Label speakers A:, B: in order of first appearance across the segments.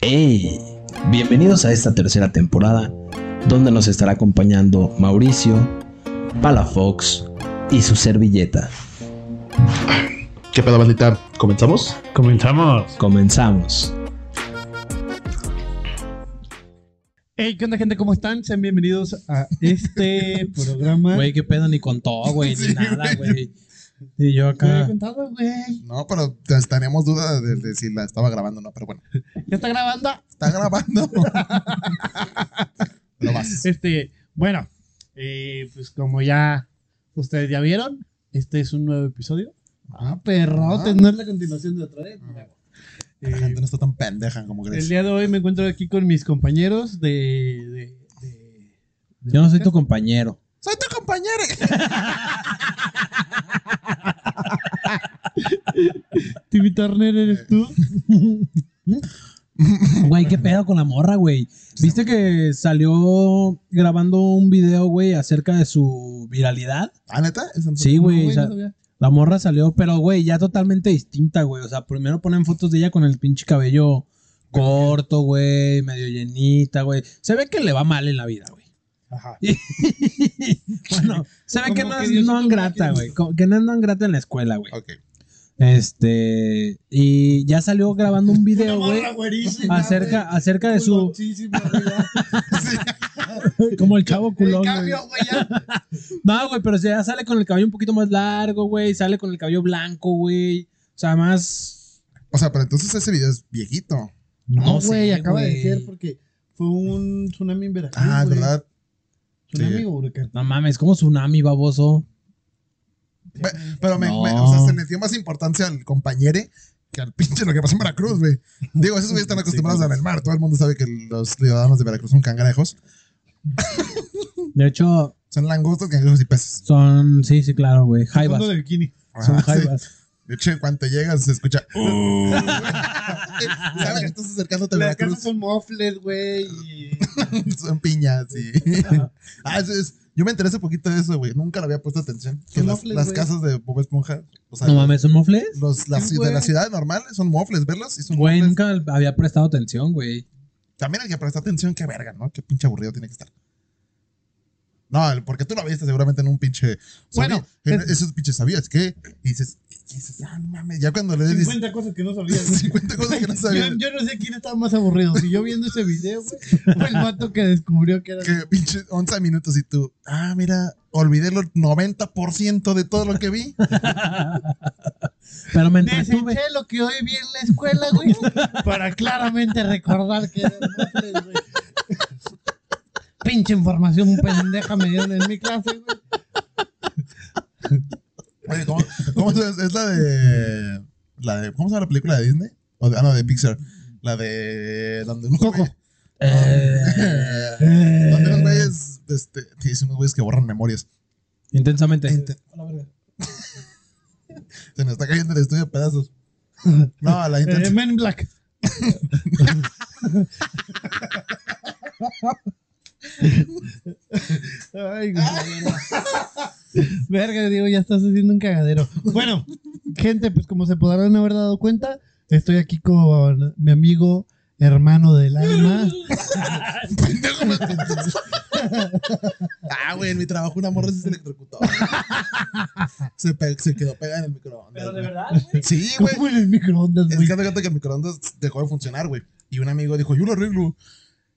A: ¡Hey! Bienvenidos a esta tercera temporada, donde nos estará acompañando Mauricio, Palafox y su servilleta.
B: ¿Qué pedo, bandita? ¿Comenzamos?
C: Comenzamos.
A: Comenzamos.
C: Hey, ¿qué onda, gente? ¿Cómo están? Sean bienvenidos a este programa.
D: Güey, qué pedo, ni contó, güey, ni nada, güey. Y yo
C: ¿Qué había
D: acá.
C: contado, güey?
B: No, pero te- tenemos duda de, de si la estaba grabando o no, pero bueno,
C: ¿Ya está grabando?
B: está grabando. no más.
C: Este, bueno, eh, pues como ya ustedes ya vieron, este es un nuevo episodio. Ah, perrote,
B: Ah.
C: no es la continuación de otra vez.
B: Ah.
C: Eh,
B: La gente no está tan pendeja como
C: el
B: crees.
C: día de hoy me encuentro aquí con mis compañeros de... de- de- de-
D: Yo no soy tu compañero.
B: Soy tu compañero.
C: Timmy Turner
B: Eh.
C: eres tú.
D: Güey, qué pedo con la morra, güey. ¿Viste que salió grabando un video, güey, acerca de su viralidad?
B: ¿Ah, neta? ¿Es en-
D: Sí,
C: No,
D: güey.
C: no
D: o sea,
C: sabía.
D: la morra salió, pero, güey, ya totalmente distinta, güey. O sea, primero ponen fotos de ella con el pinche cabello corto, güey, medio llenita, güey. Se ve que le va mal en la vida, güey.
C: Ajá.
D: bueno, se ve
C: Como
D: que no
C: que
D: es
C: Diosito
D: no grata,
C: no la quiere.
D: güey. Como Que no es no grata en la escuela, güey.
B: Ok.
D: Este, y ya salió grabando un
C: Una
D: video, güey,
C: morra güerísima,
D: acerca, acerca de
C: güey,
D: su,
C: culoncísima, güey, ya.
D: como el chavo culón,
C: El
D: güey.
C: cambio, güey, ya.
D: No, güey, pero o sea, ya sale con el cabello un poquito más largo, güey, sale con el cabello blanco, güey, o sea, más,
B: O sea, pero entonces ese video es viejito.
C: No, güey,
D: sé,
C: acaba de
D: güey.
C: ser porque fue un tsunami en Veracruz.
B: Ah, es
C: güey.
B: verdad.
C: Tsunami
B: Sí.
C: o huracán.
D: No mames, como tsunami, baboso.
B: Ve- Pero me,
D: No.
B: me- o sea, se le dio más importancia al compañere que al pinche lo que pasó en Veracruz, güey. Digo, esos güeyes están acostumbrados a el mar. Todo el mundo sabe que los ciudadanos de Veracruz son cangrejos.
D: De hecho,
B: Son langostas, cangrejos y peces.
D: son, sí, sí, claro, güey, jaivas.
C: Fondo de bikini.
D: Son
B: Ajá, sí.
D: jaivas.
B: De hecho, en cuanto llegas se escucha. "Uh". ¿Sabes que estás acercándote a
C: Las
B: Veracruz?
C: casas son mofles, güey. y-
B: Son piñas, sí. ah, eso es- yo me enteré hace poquito de eso, güey. Nunca le había puesto atención. Que
C: Son
B: las,
C: mofles,
B: las
C: güey.
B: casas de Bob Esponja, o sea,
D: No mames, ¿son mofles?
B: los, las
C: Sí,
B: de la
C: güey.
B: ciudad normal son mofles, verlos y son
D: Güey,
B: mofles.
D: nunca había prestado atención, güey.
B: También el que presta atención, qué verga, ¿no? Qué pinche aburrido tiene que estar. No, el- porque tú lo viste seguramente en un pinche.
C: Bueno,
B: en
C: es-
B: esos pinches sabías que. Y dices, y dices, ah, no mames. Ya cuando le dices
C: 50 cosas que no sabía. güey.
B: 50 cosas que no sabías.
C: Yo, yo no sé quién estaba más aburrido, si yo viendo ese video, güey, o el vato que descubrió que era...
B: que pinche 11 minutos y tú, ah, mira, olvidé el 90% de todo lo que vi.
D: Pero me entretuve.
C: Deseché lo que hoy vi en la escuela, güey, para claramente recordar que era mofles, güey. Pinche información pendeja me dieron en mi clase, güey.
B: Oye, ¿cómo, cómo se- es, la de, la de. ¿Cómo se llama la película de Disney? O de- ah, no, de Pixar. La de. Donde unos
C: Coco.
B: güeyes-
D: Eh,
B: Donde unos güeyes. Este, sí, son unos güeyes que borran memorias.
D: intensamente.
B: Ent- Se nos está cayendo el estudio a pedazos. No, la
C: Eh,
B: intención.
C: Men in Black. Ay, güey. Verga, digo, ya estás haciendo un cagadero. Bueno, gente, pues como se podrán haber dado cuenta, estoy aquí con mi amigo, hermano del alma.
B: ah, güey, en mi trabajo una morra sí se electrocutó. se, pe- se quedó pegada en el microondas. güey.
D: verdad,
B: Sí, güey.
C: ¿Cómo en el microondas,
B: Es
C: güey?
B: que hace cuenta que el microondas dejó de funcionar, güey. Y un amigo dijo, yo lo arreglo.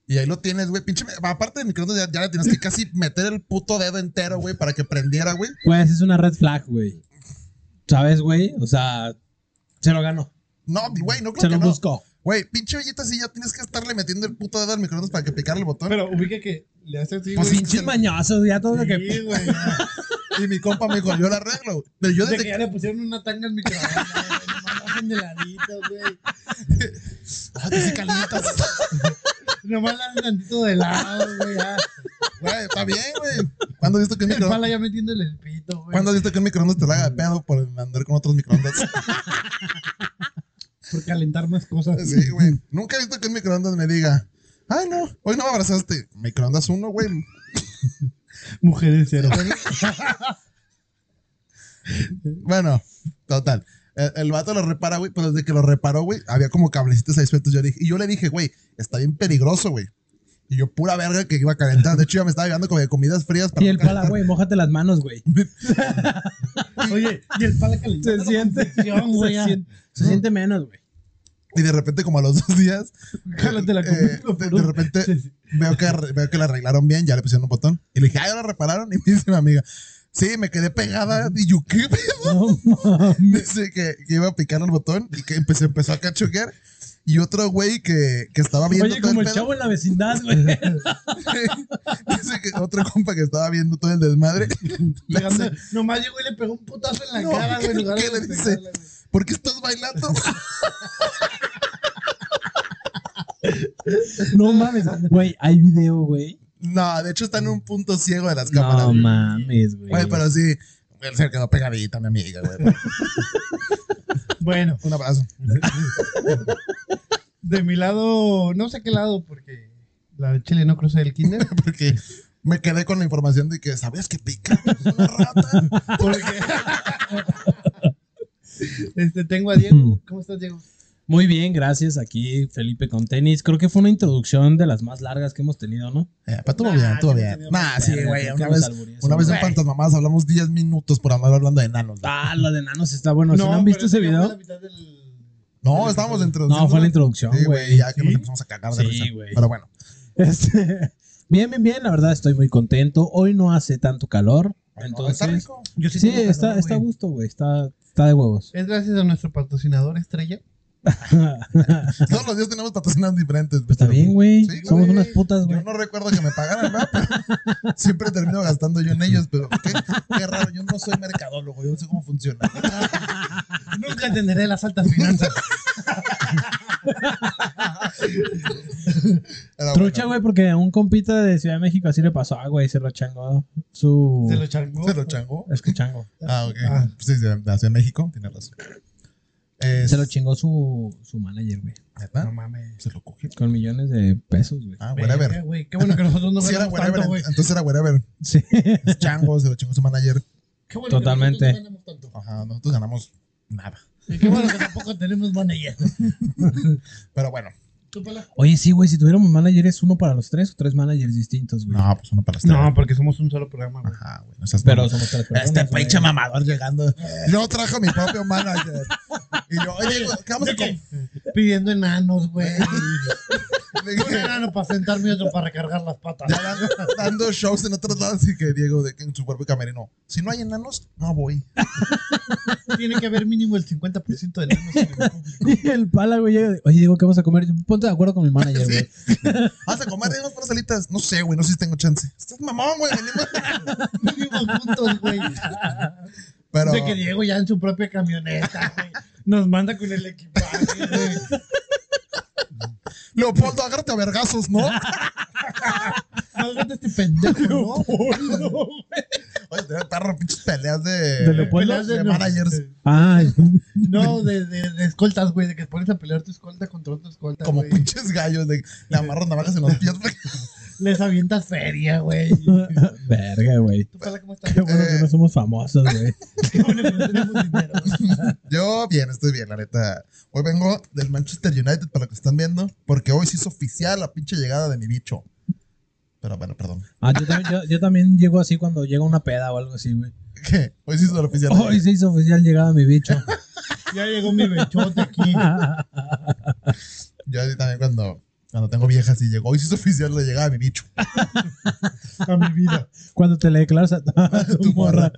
B: Y ahí lo tienes, güey. Pinche. me- Aparte del microondas, ya, ya le tienes que casi meter el puto dedo entero, güey, para que prendiera, güey.
D: Pues es una red flag, güey. ¿Sabes, güey? O sea, se lo ganó.
B: No, güey, no
D: Se
B: creo
D: lo
B: que no.
D: buscó.
B: Güey, pinche bellita, sí, ya tienes que estarle metiendo el puto dedo al microondas para que picara el botón.
C: Pero ubica que le hace así,
B: Pues sí,
C: güey.
D: Pinches mañosos, ya todo lo que.
C: Sí, güey.
B: Y mi compa me dijo, yo lo arreglo. Pero yo
C: De
B: desde
C: que ya le pusieron una tanga al microondas, güey. Nomás hacen de ladito, güey.
B: Ah, dice calmitas.
C: Nomás la hacen tantito de lado, güey. ya.
B: Güey, está bien, güey. ¿Cuándo has visto que un
C: El
B: microondas,
C: pala ya metiéndole el pito, güey.
B: ¿cuándo has visto que un microondas te la haga de pedo por andar con otros microondas?
C: Por calentar más cosas.
B: Sí, güey. Nunca he visto que un microondas me diga, ay, no, hoy no me abrazaste. Microondas uno, güey.
C: Mujeres cero.
B: Bueno, total. El, el vato lo repara, güey, pero desde que lo reparó, güey, había como cablecitos ahí sueltos. Yo dije, y yo le dije, güey, está bien peligroso, güey. Y yo, pura verga que iba a calentar. De hecho, ya me estaba llevando como de comidas frías para
D: Y el
B: no
D: pala,
B: calentar.
D: güey, mójate las manos, güey.
C: Oye, y el pala
D: Se
C: calentando.
D: siente. Se
C: confusión, güey, ya.
D: siente, se siente menos, güey.
B: Y de repente, como a los dos días,
C: Jálatela
B: eh,
C: con un
B: de,
C: micrófono.
B: de repente veo que, arre- veo que la arreglaron bien, ya le pusieron un botón. Y le dije, ah, ya la repararon. Y me dice mi amiga, sí, me quedé pegada. Y yo, ¿qué pedo?" Dice que, que iba a picar el botón y que empezó, empezó a cachuquear. Y otro güey que, que estaba viendo
D: Oye,
B: todo
D: como
B: el
D: el
B: pedo.
D: chavo en la vecindad, güey.
B: Dice que otro compa que estaba viendo todo el desmadre. le
C: Pegando-
B: hace,
C: Nomás llegó y le pegó un putazo en la
B: No,
C: cara, güey. en lugar
B: ¿qué
C: de
B: le dice?
C: pegarle, güey.
B: ¿Por qué estás bailando?
D: No mames, güey, hay video, güey.
B: no, de hecho está en un punto ciego de las cámaras.
D: No
B: güey.
D: mames,
B: Güey,
D: güey.
B: pero sí, él se quedó pegadita, mi amiga, güey.
C: Bueno,
B: Un abrazo.
C: de mi lado, no sé qué lado, porque la de Chile no cruza el kinder.
B: Porque me quedé con la información de que, ¿sabías que pica? Es una rata.
C: porque- este, tengo a Diego. ¿Cómo estás, Diego?
D: Muy bien, gracias. Aquí Felipe con tenis. Creo que fue una introducción de las más largas que hemos tenido, ¿no?
B: Eh, pero estuvo
C: Nah,
B: bien, estuvo
C: sí,
B: bien.
C: sí,
B: Nah,
D: sí,
B: Ah, sí, güey.
D: creo
B: Una
D: que
B: vez,
D: nos alburees,
B: una vez en
D: güey.
B: Fantasmamadas hablamos 10 minutos por andar hablando de enanos. güey.
D: Ah, la de nanos está bueno. ¿Sí ¿No
C: pero
D: han visto ese
C: ya fue
D: video?
C: la mitad del-
B: No, estábamos introduciendo.
D: No, fue la introducción,
B: Sí,
D: güey.
B: güey, ya que
D: Sí.
B: nos empezamos a cagar de
D: Sí,
B: risa.
D: güey.
B: Pero bueno,
D: Este, bien, bien, bien. La verdad estoy muy contento. Hoy no hace tanto calor.
B: Bueno,
D: Entonces,
B: está rico.
C: Yo
D: sí,
C: tengo
D: está,
C: calor,
D: está a
C: güey.
D: gusto, güey. Está, está de huevos.
C: Es gracias a nuestro patrocinador estrella.
B: Todos los días tenemos patrocinadores diferentes. güey.
D: Pues Está bien, güey.
B: Sí, güey.
D: Somos unas putas,
B: Yo
D: güey.
B: no recuerdo que me pagaran, ¿verdad? Pero siempre termino gastando yo en ellos, pero qué, qué raro. Yo no soy mercadólogo, yo no sé cómo funciona.
C: Nunca entenderé las altas finanzas.
B: Pero
D: Trucha,
B: bueno,
D: güey, porque a un compita de Ciudad de México así le pasó ah, güey. Se lo changó su.
C: Se lo changó.
B: ¿Se lo changó?
D: Es que chango.
B: Ah, ok.
C: Ah.
B: Sí, sí, nació en México, tiene razón. Eh,
D: Se lo chingó su, su manager, güey.
B: ¿neta?
C: No mames.
B: Se lo cogió.
D: Con millones de pesos, güey.
B: Ah,
C: Verga,
B: whatever.
C: güey. Qué bueno que nosotros no
B: Sí, era
C: ganamos tanto,
B: whatever.
C: güey.
B: Entonces era whatever.
D: Sí.
B: Es Chango, se lo chingó su manager.
C: Qué bueno que
D: Totalmente.
C: nosotros no ganamos tanto.
B: Ajá, nosotros ganamos nada.
C: Y qué bueno que tampoco tenemos manager.
B: Pero bueno,
C: ¿Tú, Pala?
D: Oye, sí, güey, si tuviéramos managers, uno para los tres o tres managers distintos, güey.
B: no, pues uno para estar.
C: No, porque somos un solo programa, güey.
B: Ajá, güey. no seas
D: Pero
B: mamón.
D: somos tres personas.
B: este pinche
D: güey.
B: mamador llegando. Yo trajo mi propio manager. Y yo, oye, güey, ¿qué vamos a
C: ¿De qué?
B: comer?
C: Pidiendo enanos, güey.
B: Le
C: Un
B: dije,
C: enano para sentarme y otro para recargar las patas.
B: Ya dando, dando shows en otros lados y que Diego de que en su propio camerino. Si no hay enanos, no voy.
C: Tiene que haber mínimo el 50% de enanos en el público.
D: Y el pala, güey, llega de, oye, Diego, ¿qué vamos a comer? Ponte de acuerdo con mi manager, güey.
B: ¿Vas a comer unas parcelitas? No sé, güey, no sé si tengo chance. Estás mamón, güey, venimos.
C: Vivimos juntos, güey.
B: Pero
C: De que Diego ya en su propia camioneta, güey. Nos manda con el equipaje, güey.
B: Leopoldo, agárrate a vergazos, ¿no?
C: No, vete este pendejo, ¿no?
B: Oye, te perro, pinches peleas de.
D: ¿De Leopoldo?
C: Peleas
B: De managers.
D: Ah,
C: No, de, de, de escoltas, güey. De que pones a pelear tu escolta contra otro escolta,
B: Como
C: güey.
B: pinches gallos, de, le amarran navajas en los pies. güey.
C: Les avientas feria, güey.
D: verga, güey.
C: ¿Tú, Pala, cómo estás?
D: Qué bueno que no somos famosos, güey.
C: Qué bueno que no tenemos dinero.
B: Yo bien, estoy bien, la neta. Hoy vengo del Manchester United, para lo que están viendo, porque hoy se hizo oficial la pinche llegada de mi bicho. Pero bueno, perdón.
D: Ah, yo también, yo, yo también llego así cuando llega una peda o algo así, güey.
B: ¿Qué? Hoy se hizo la oficial.
D: Hoy se hizo oficial llegada mi bicho.
C: Ya llegó mi bechote aquí.
B: Yo así también cuando, cuando tengo viejas y llegó, hoy se hizo oficial la llegada de mi bicho.
C: a mi vida.
D: Cuando te le declaras a tu, a tu
B: Tu
D: morra.
B: morra.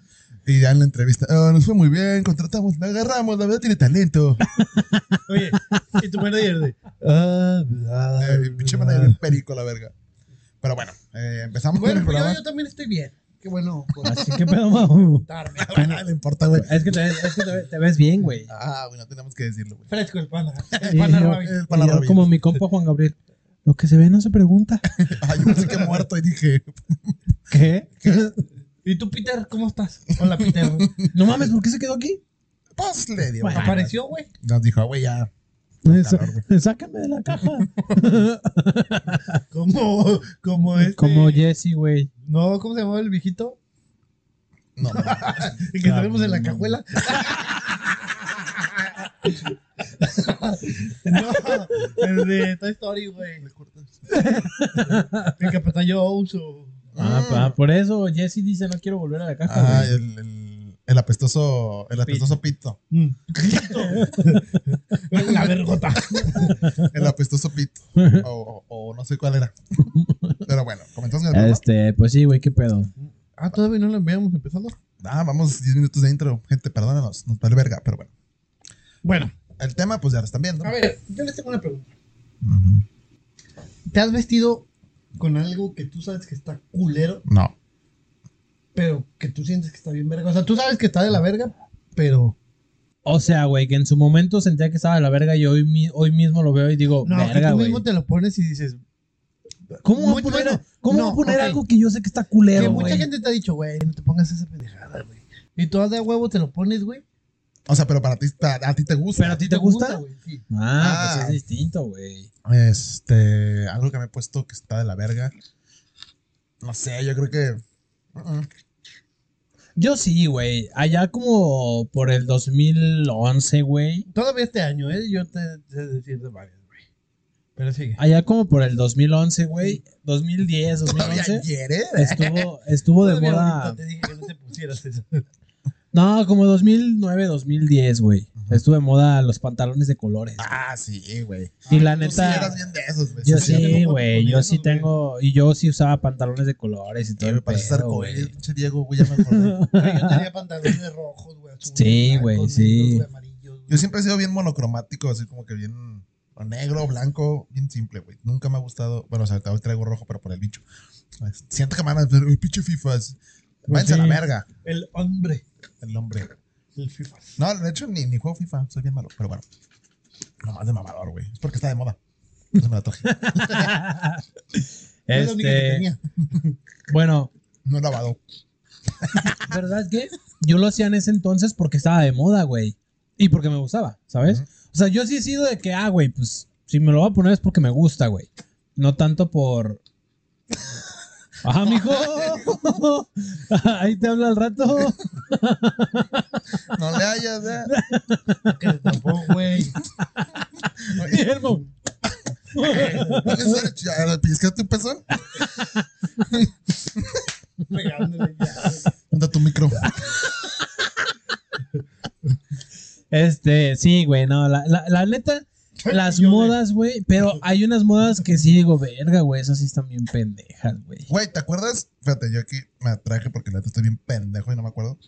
B: Y ya en la entrevista, "Ah, nos fue muy bien, contratamos, la agarramos, la verdad tiene talento.
C: Oye, y tu manager de. Ah,
B: Eh, mi pinche manager es perico, la verga. Pero bueno, eh, empezamos
C: Bueno,
B: con
C: pues
B: el
C: yo,
B: programa.
C: yo también estoy bien. Qué bueno por
D: Así que pedo, Mau?
C: darme.
B: Ah, no le importa, güey.
D: Es que te, es que te, te ves bien, güey.
B: Ah, bueno, tenemos que decirlo, güey.
C: Fresco el pana.
D: Y
C: El pana
D: yo-
C: Robin.
B: El palabra
D: Y yo
B: bien.
D: como mi compa Juan Gabriel. Lo que se ve no se pregunta.
B: Ah, yo pensé que muerto y dije,
D: ¿Qué?
C: ¿Y tú, Peter, cómo estás? Hola, Peter. Pues,
D: No mames, ¿por qué se quedó aquí?
B: pues le dio.
D: Bueno,
C: Apareció, güey.
B: Nos dijo, "Ah, güey, ya.
D: Eso,
B: calor,
D: eh, sácame de la caja.
C: Como, como este.
D: Como Jesse, güey.
C: No, ¿cómo se llamaba el viejito?
B: No,
C: El que
D: Ah,
C: tenemos en la
D: no.
C: cajuela. No, el de Toy Story, güey. El que pantalló Oso.
B: Ah.
D: Ah, pa, por eso Jesse dice no quiero volver a la caja.
B: Ah,
D: güey.
B: el, el, el apestoso, el apestoso pito.
C: Mm. La vergota.
B: El apestoso pito. O, o- o no sé cuál era. Pero bueno, comenzamos con el programa.
D: Este, pues sí, güey, qué pedo.
C: Ah, todavía no lo enviamos empezando.
B: Ah, vamos 10 minutos de intro. Gente, perdónanos, nos vale verga, pero bueno.
C: Bueno,
B: El tema, pues ya lo están viendo.
C: a ver, yo les tengo una pregunta.
B: Ujú.
C: ¿Te has vestido con algo que tú sabes que está culero,
B: No.
C: pero que tú sientes que está bien verga? O sea, tú sabes que está de la verga, pero.
D: O sea, güey, que en su momento sentía que estaba de la verga y hoy, mi- hoy mismo lo veo y digo,
C: No, que
D: verga,
C: tú
D: güey.
C: mismo te lo pones y dices.
D: ¿Cómo
C: Muy
D: voy a poner,
C: bueno.
D: ¿cómo
C: No,
D: voy a poner
C: ok.
D: algo que yo sé que está
C: que
D: culero, güey?
C: mucha gente te ha dicho, güey, no te pongas esa pendejada, güey. Y tú de huevo te lo pones, güey.
B: O sea, pero para ti, para- a ti te gusta.
D: ¿Pero a ti te gusta?
C: güey? Sí.
B: Ah.
D: Ah, pues es distinto, güey.
B: Este, algo que me he puesto que está de la verga. No sé, yo creo que. uh-uh.
D: Yo sí, güey. Allá como por el 2011, güey.
C: Todavía este año, ¿eh? Yo te sé decir de varias, güey. Pero sigue.
D: Allá como por el 2011, güey. 2010,
B: Todavía
D: 2011.
B: ayer, ¿eh?
D: Estuvo, estuvo de
C: Todavía
D: moda.
C: ahorita Te dije que no te pusieras eso.
D: No, como 2009, 2010, güey.
B: Ujú.
D: Estuvo de moda los pantalones de colores.
B: Ah, sí, güey.
D: y la
B: Tú sí
D: neta.
B: eras bien de esos, güey.
D: Yo
B: Sí, es
D: sí,
B: cierto.
D: güey, yo sí
C: esos, güey.
D: tengo, y yo sí usaba pantalones de colores y todo
B: Sí,
D: el
B: me parece ser
D: pedo, güey.
B: pinche Diego, güey, ya me acordé.
C: Güey, Yo tenía pantalones rojos, güey. azules,
D: Sí,
C: blancos,
D: güey,
C: negros,
D: sí.
C: güey, amarillos, güey.
B: Yo siempre he sido bien monocromático, así como que bien o negro, blanco, bien simple, güey. Nunca me ha gustado. Bueno, o sea, hoy traigo rojo, pero por el bicho. Siento que me van a decir, uy, pinche FIFAs.
C: Pues
B: Váyanse a la
C: sí.
B: verga,
C: El hombre.
B: el hombre.
C: El FIFA.
B: No, de hecho, ni, ni juego FIFA, soy bien malo, pero bueno. No, es de mamador, güey. Es porque está de moda. Por Eso me la traje.
C: Es la única que
D: Este,
C: tenía.
D: bueno,
B: No he lavado.
D: ¿verdad que? Yo lo hacía en ese entonces porque estaba de moda, güey. Y porque me gustaba, ¿sabes?
B: Ujú.
D: O sea, yo sí he sido de que, ah, güey, pues si me lo voy a poner es porque me gusta, güey. No tanto por. Ajá, mijo. Ahí te habla al rato.
B: No le hayas, eh.
C: Que Tampoco, güey.
D: Guillermo.
B: ¿Piscaste un pezón?
C: Pegándole ya, güey.
B: Anda tu micro.
D: Este, sí, güey, no, la, la, la neta, las
C: Yo, güey.
D: modas, güey, pero hay unas modas que sí digo, verga, güey, esas sí están bien pendejas, güey.
B: Güey, ¿te acuerdas? Fíjate, yo aquí me atraje porque la neta estoy bien pendejo y no me acuerdo.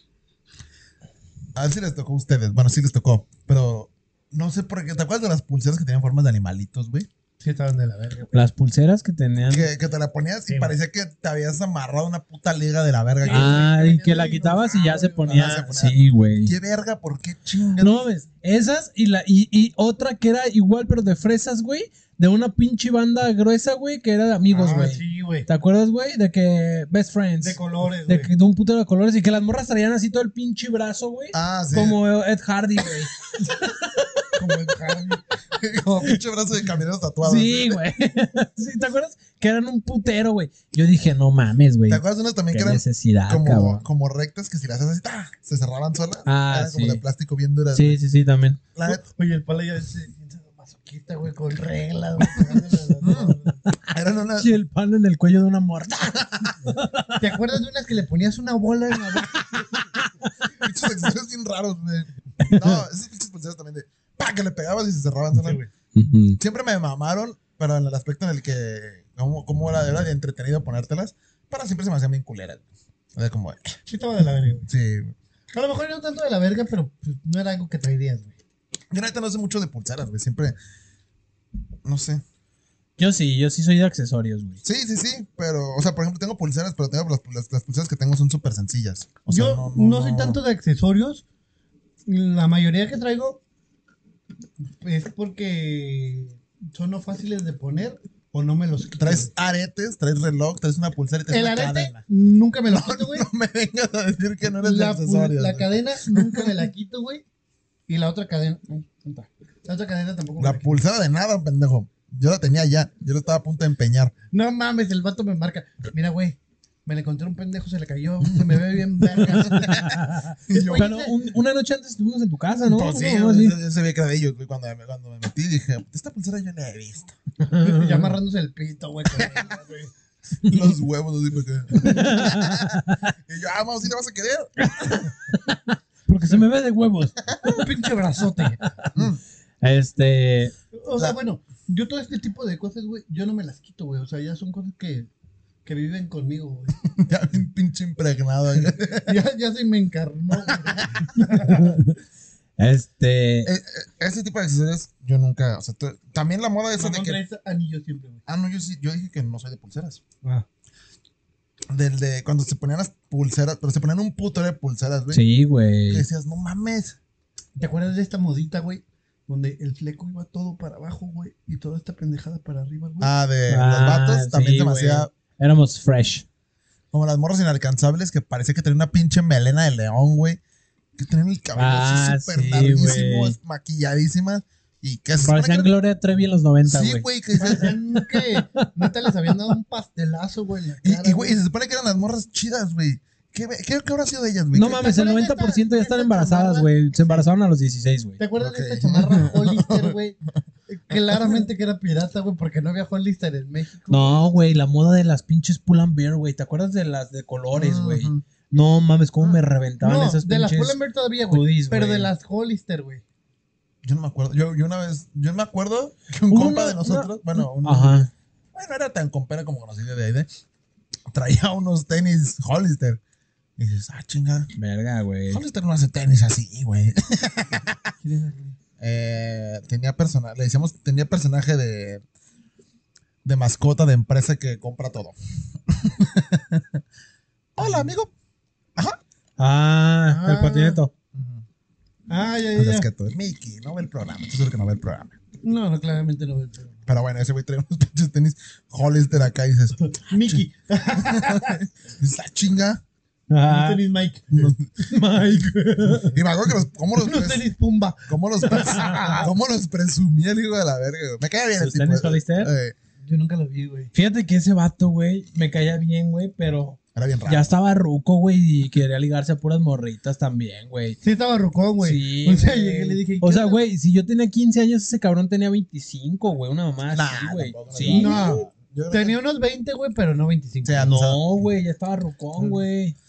B: A ver si les tocó a ustedes. Bueno, sí les tocó, pero no sé por qué. ¿Te acuerdas de las pulseras que tenían formas de animalitos, güey?
C: Sí, estaban de la verga, güey.
D: Las pulseras que tenían.
B: Que, que te la ponías y
C: Sí,
B: parecía que te habías amarrado una puta liga de la verga.
D: Ah,
C: que
D: y que
C: tenían
D: la
C: un
D: quitabas y ya se
C: dinosaurio,
D: ponía.
B: ajá, se ponía-
D: Sí, güey.
B: ¿Qué verga? ¿Por qué chingas?
D: No ves, esas y la y, y otra que era igual, pero de fresas, güey, de una pinche banda gruesa, güey, que era de amigos,
C: Ah,
D: güey.
C: Sí, güey.
D: ¿Te acuerdas, güey? De que Best Friends.
C: De
D: De,
C: colores,
D: de,
C: güey.
D: que- de un puto de colores y que las morras traían así todo el pinche brazo, güey.
B: Ah, sí.
D: Como Ed Hardy, güey.
C: Como el Harvey.
B: Como pinche brazo de camioneros tatuados.
D: Sí, güey. Sí, ¿Te acuerdas? Que eran un putero, güey. Yo dije, no mames, güey.
B: ¿Te acuerdas de unas también
D: Qué
B: que eran
D: necesidad,
B: como,
D: cabrón.
B: como rectas que si las haces así, ¡tah! se cerraban solas?
D: Ah,
B: eran como
D: sí.
B: de plástico bien duras.
D: Sí, sí, sí, también.
B: La neta,
C: Oye, el pala ya se siente masoquista, güey, con reglas, güey.
B: eran unas.
D: Y el pan en el cuello de una muerta.
C: ¿Te acuerdas de unas que le ponías una bola en la boca?
B: Pinches accesorios bien raros, güey. No, esas pinches pulseras también de. ¡Pa! Que le pegabas y se cerraban solas. Siempre me mamaron, pero en el aspecto en el que. ¿Cómo, cómo era, era de entretenido ponértelas? Para siempre se me hacían bien culeras. Era como. eh,
C: Sí, estaba de la verga, güey.
B: Sí.
C: A lo mejor no tanto de la verga, pero pues, no era algo que traerías, güey.
B: Yo neta no sé mucho de pulseras, güey. Siempre. No sé.
D: Yo sí, yo sí soy de accesorios, güey.
B: Sí, sí, sí. Pero, o sea, por ejemplo, tengo pulseras, pero tengo las, las- las pulseras que tengo son súper sencillas. O sea,
C: Yo no, soy tanto de accesorios. La mayoría que traigo es porque son no fáciles de poner o no me los quito.
B: Traes aretes, traes reloj, traes una pulsera y traes
C: el
B: una
C: arete
B: cadena.
C: nunca me lo quito, güey.
B: No me vengas a decir que no eres de
C: la,
B: accesorios.
C: la
B: güey.
C: cadena nunca me la quito, güey. Y la otra cadena. ay, tonta. La otra cadena tampoco me
B: La
C: la quito.
B: pulsera de nada, pendejo. Yo la tenía ya. Yo la estaba a punto de empeñar.
C: No mames, el vato me marca. Mira, güey. me le encontré a un pendejo, se le cayó, se me ve bien verga. Y yo,
D: Pero
C: oye,
D: un- una noche antes estuvimos en tu
C: Ah,
D: casa, ¿no?
B: Pues sí,
D: Algo
B: yo,
D: así.
B: yo- yo sabía que era de ellos, güey. Cuando me, cuando me metí dije, esta pulsera yo la he visto.
C: ya amarrándose el pito, güey. con ella, güey.
B: Los huevos, no dime qué. y yo, ah, vamos, si la vas a querer.
D: Porque se me ve de huevos.
C: Un pinche brazote.
D: Este.
C: O sea, bueno, yo todo este tipo de cosas, güey, yo no me las quito, güey. O sea, ya son cosas que, que viven conmigo, güey.
B: ya bien pinche impregnado. güey.
C: Ya, ya se me encarnó, güey.
D: Este.
B: Eh, eh, ese tipo de accesorios yo nunca, o sea, tú- también la moda esa de
C: Mamón
B: que...
C: traes anillo siempre, güey.
B: Ah, no, yo sí, yo dije que no soy de pulseras.
D: ah,
B: Del de cuando se ponían las pulseras, pero se ponían un puto de pulseras, güey.
D: sí,
B: Que
D: güey.
B: decías, no mames.
C: ¿Te acuerdas de esta modita, güey? Donde el fleco iba todo para abajo, güey, y toda esta pendejada para arriba, güey.
B: Ah, de los
D: Ah,
B: vatos, también
D: sí,
B: se me
D: güey.
B: hacía
D: Éramos fresh.
B: como las morras inalcanzables que parecía que tenía una pinche melena de león, güey. Que tenían el cabello
D: Ah,
B: así súper
D: sí,
B: larguísimo,
D: güey.
B: maquilladísimas. Y que se supone
D: Parecían
B: que-
D: Gloria Trevi en los 90,
B: Sí,
D: güey.
B: güey, que dices,
C: Parecían que neta les habían dado un pastelazo, güey. en la
B: Y,
C: cara,
B: y, güey, se supone que eran las morras chidas, güey. ¿Qué, ve- qué, qué habrá sido de ellas, güey?
D: no
B: ¿Qué-
D: mames,
C: ¿Te
D: el
C: acuerdas de
D: 90%
C: esta-
D: ya están
C: esta
D: embarazadas,
C: chamarra?
D: güey. Se embarazaron a los 16, güey.
C: ¿Te acuerdas
B: Ok.
C: de esta chamarra Hollister, güey? Eh, Claramente que era pirata, güey, porque no había Hollister en México.
D: No, güey, la moda de las pinches pull and bear, güey. ¿Te acuerdas de las de colores, güey?
B: Ujú.
D: No mames, cómo me
C: No,
D: reventaban esas
C: de las
D: pinches.
C: Pull&Bear todavía, güey.
D: hoodies,
C: pero
D: güey.
C: de las Hollister, güey.
B: Yo no me acuerdo. Yo, yo una vez, yo me acuerdo que un
D: Hubo
B: compa
D: una-
B: de nosotros, bueno, un-
D: Ajá.
B: bueno, era tan compera como conocido de ahí, de- traía unos tenis Hollister. Y dices, ah, chinga,
D: Verga, güey.
B: Hollister no hace tenis así, güey. Eh, tenía personaje, le decíamos, tenía personaje de, de mascota de empresa que compra todo. Hola, amigo.
D: Ah, el
C: Ah.
D: patineto.
C: Ah, ya,
B: Pues
C: ya,
B: es
C: ya.
B: que
D: eh.
B: tú, Mickey, no ve el programa. Tú sabes que no ve el programa.
C: No, no, claramente no. güey, pero-
B: Pero bueno, ese güey trae unos pinches tenis Hollister acá y dices,
C: Mickey.
B: esa chinga.
C: Unos
D: Ah,
C: tenis Mike.
D: Mike.
B: Y me acuerdo que los, cómo los,
C: Unos
B: pres-
C: tenis Pumba.
B: cómo los, pres- cómo los presumía el hijo de la verga. güey. Me cae bien el
D: ¿Sus
B: tipo.
D: tenis
B: eh,
D: Hollister?
B: eh,
C: Yo nunca lo vi, güey.
D: Fíjate que ese vato, güey, me caía bien, güey, pero
B: era bien raro.
D: ya estaba ruco, güey, y quería ligarse a puras morritas también, güey.
C: Sí, estaba rucón, güey.
D: Sí,
C: o sea,
D: güey.
C: llegué y le dije.
D: O
C: ¿qué
D: sea,
C: onda?
D: güey, si yo tenía 15 años, ese cabrón tenía 25, güey, una mamá
B: Nah,
D: así, güey.
B: tampoco me
D: Sí,
B: llevaba.
C: No.
B: Yo creo
C: Tenía unos 20, güey, pero no 25.
B: Sí, ah,
D: no, güey, ya estaba rucón, güey.
B: que-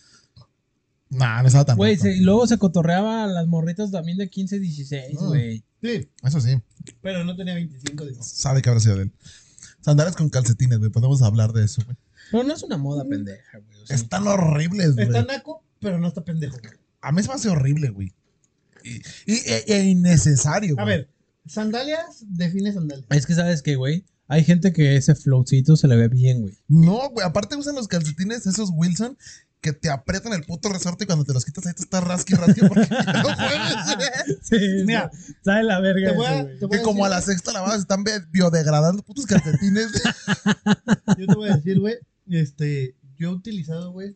B: Nah, no estaba tan
D: Güey,
B: rico.
D: se- y luego se cotorreaba a las morritas también de 15, 16,
B: Mm.
D: güey.
C: Sí,
B: Eso sí,
C: pero no tenía 25, digo.
B: sabe que habrá sido de él. Sandales con calcetines, güey. Podemos hablar de eso, güey.
D: Pero no es una moda
C: Mm.
D: pendeja, güey. o sea.
B: Están horribles, güey.
C: Está naco, pero no está pendejo. güey.
B: A mí se me hace horrible, güey. Y, y- e- e innecesario,
C: A
B: güey.
C: ver, sandalias, define sandalias.
D: Es que sabes que, güey, hay gente que ese flowcito se le ve bien, güey.
B: No, güey. Aparte usan los calcetines, esos Wilson, que te aprietan el puto resorte y cuando te los quitas ahí te estás rasqui, rasqui porque no juegues.
D: Sí,
C: Mira,
D: sale la verga.
C: Te voy
D: ese,
C: a,
D: güey.
C: te voy
B: Que como a la
C: decir,
B: sexta lavada se están bi- biodegradando putos calcetines.
C: Yo te voy a decir, güey. Este, yo he utilizado, güey,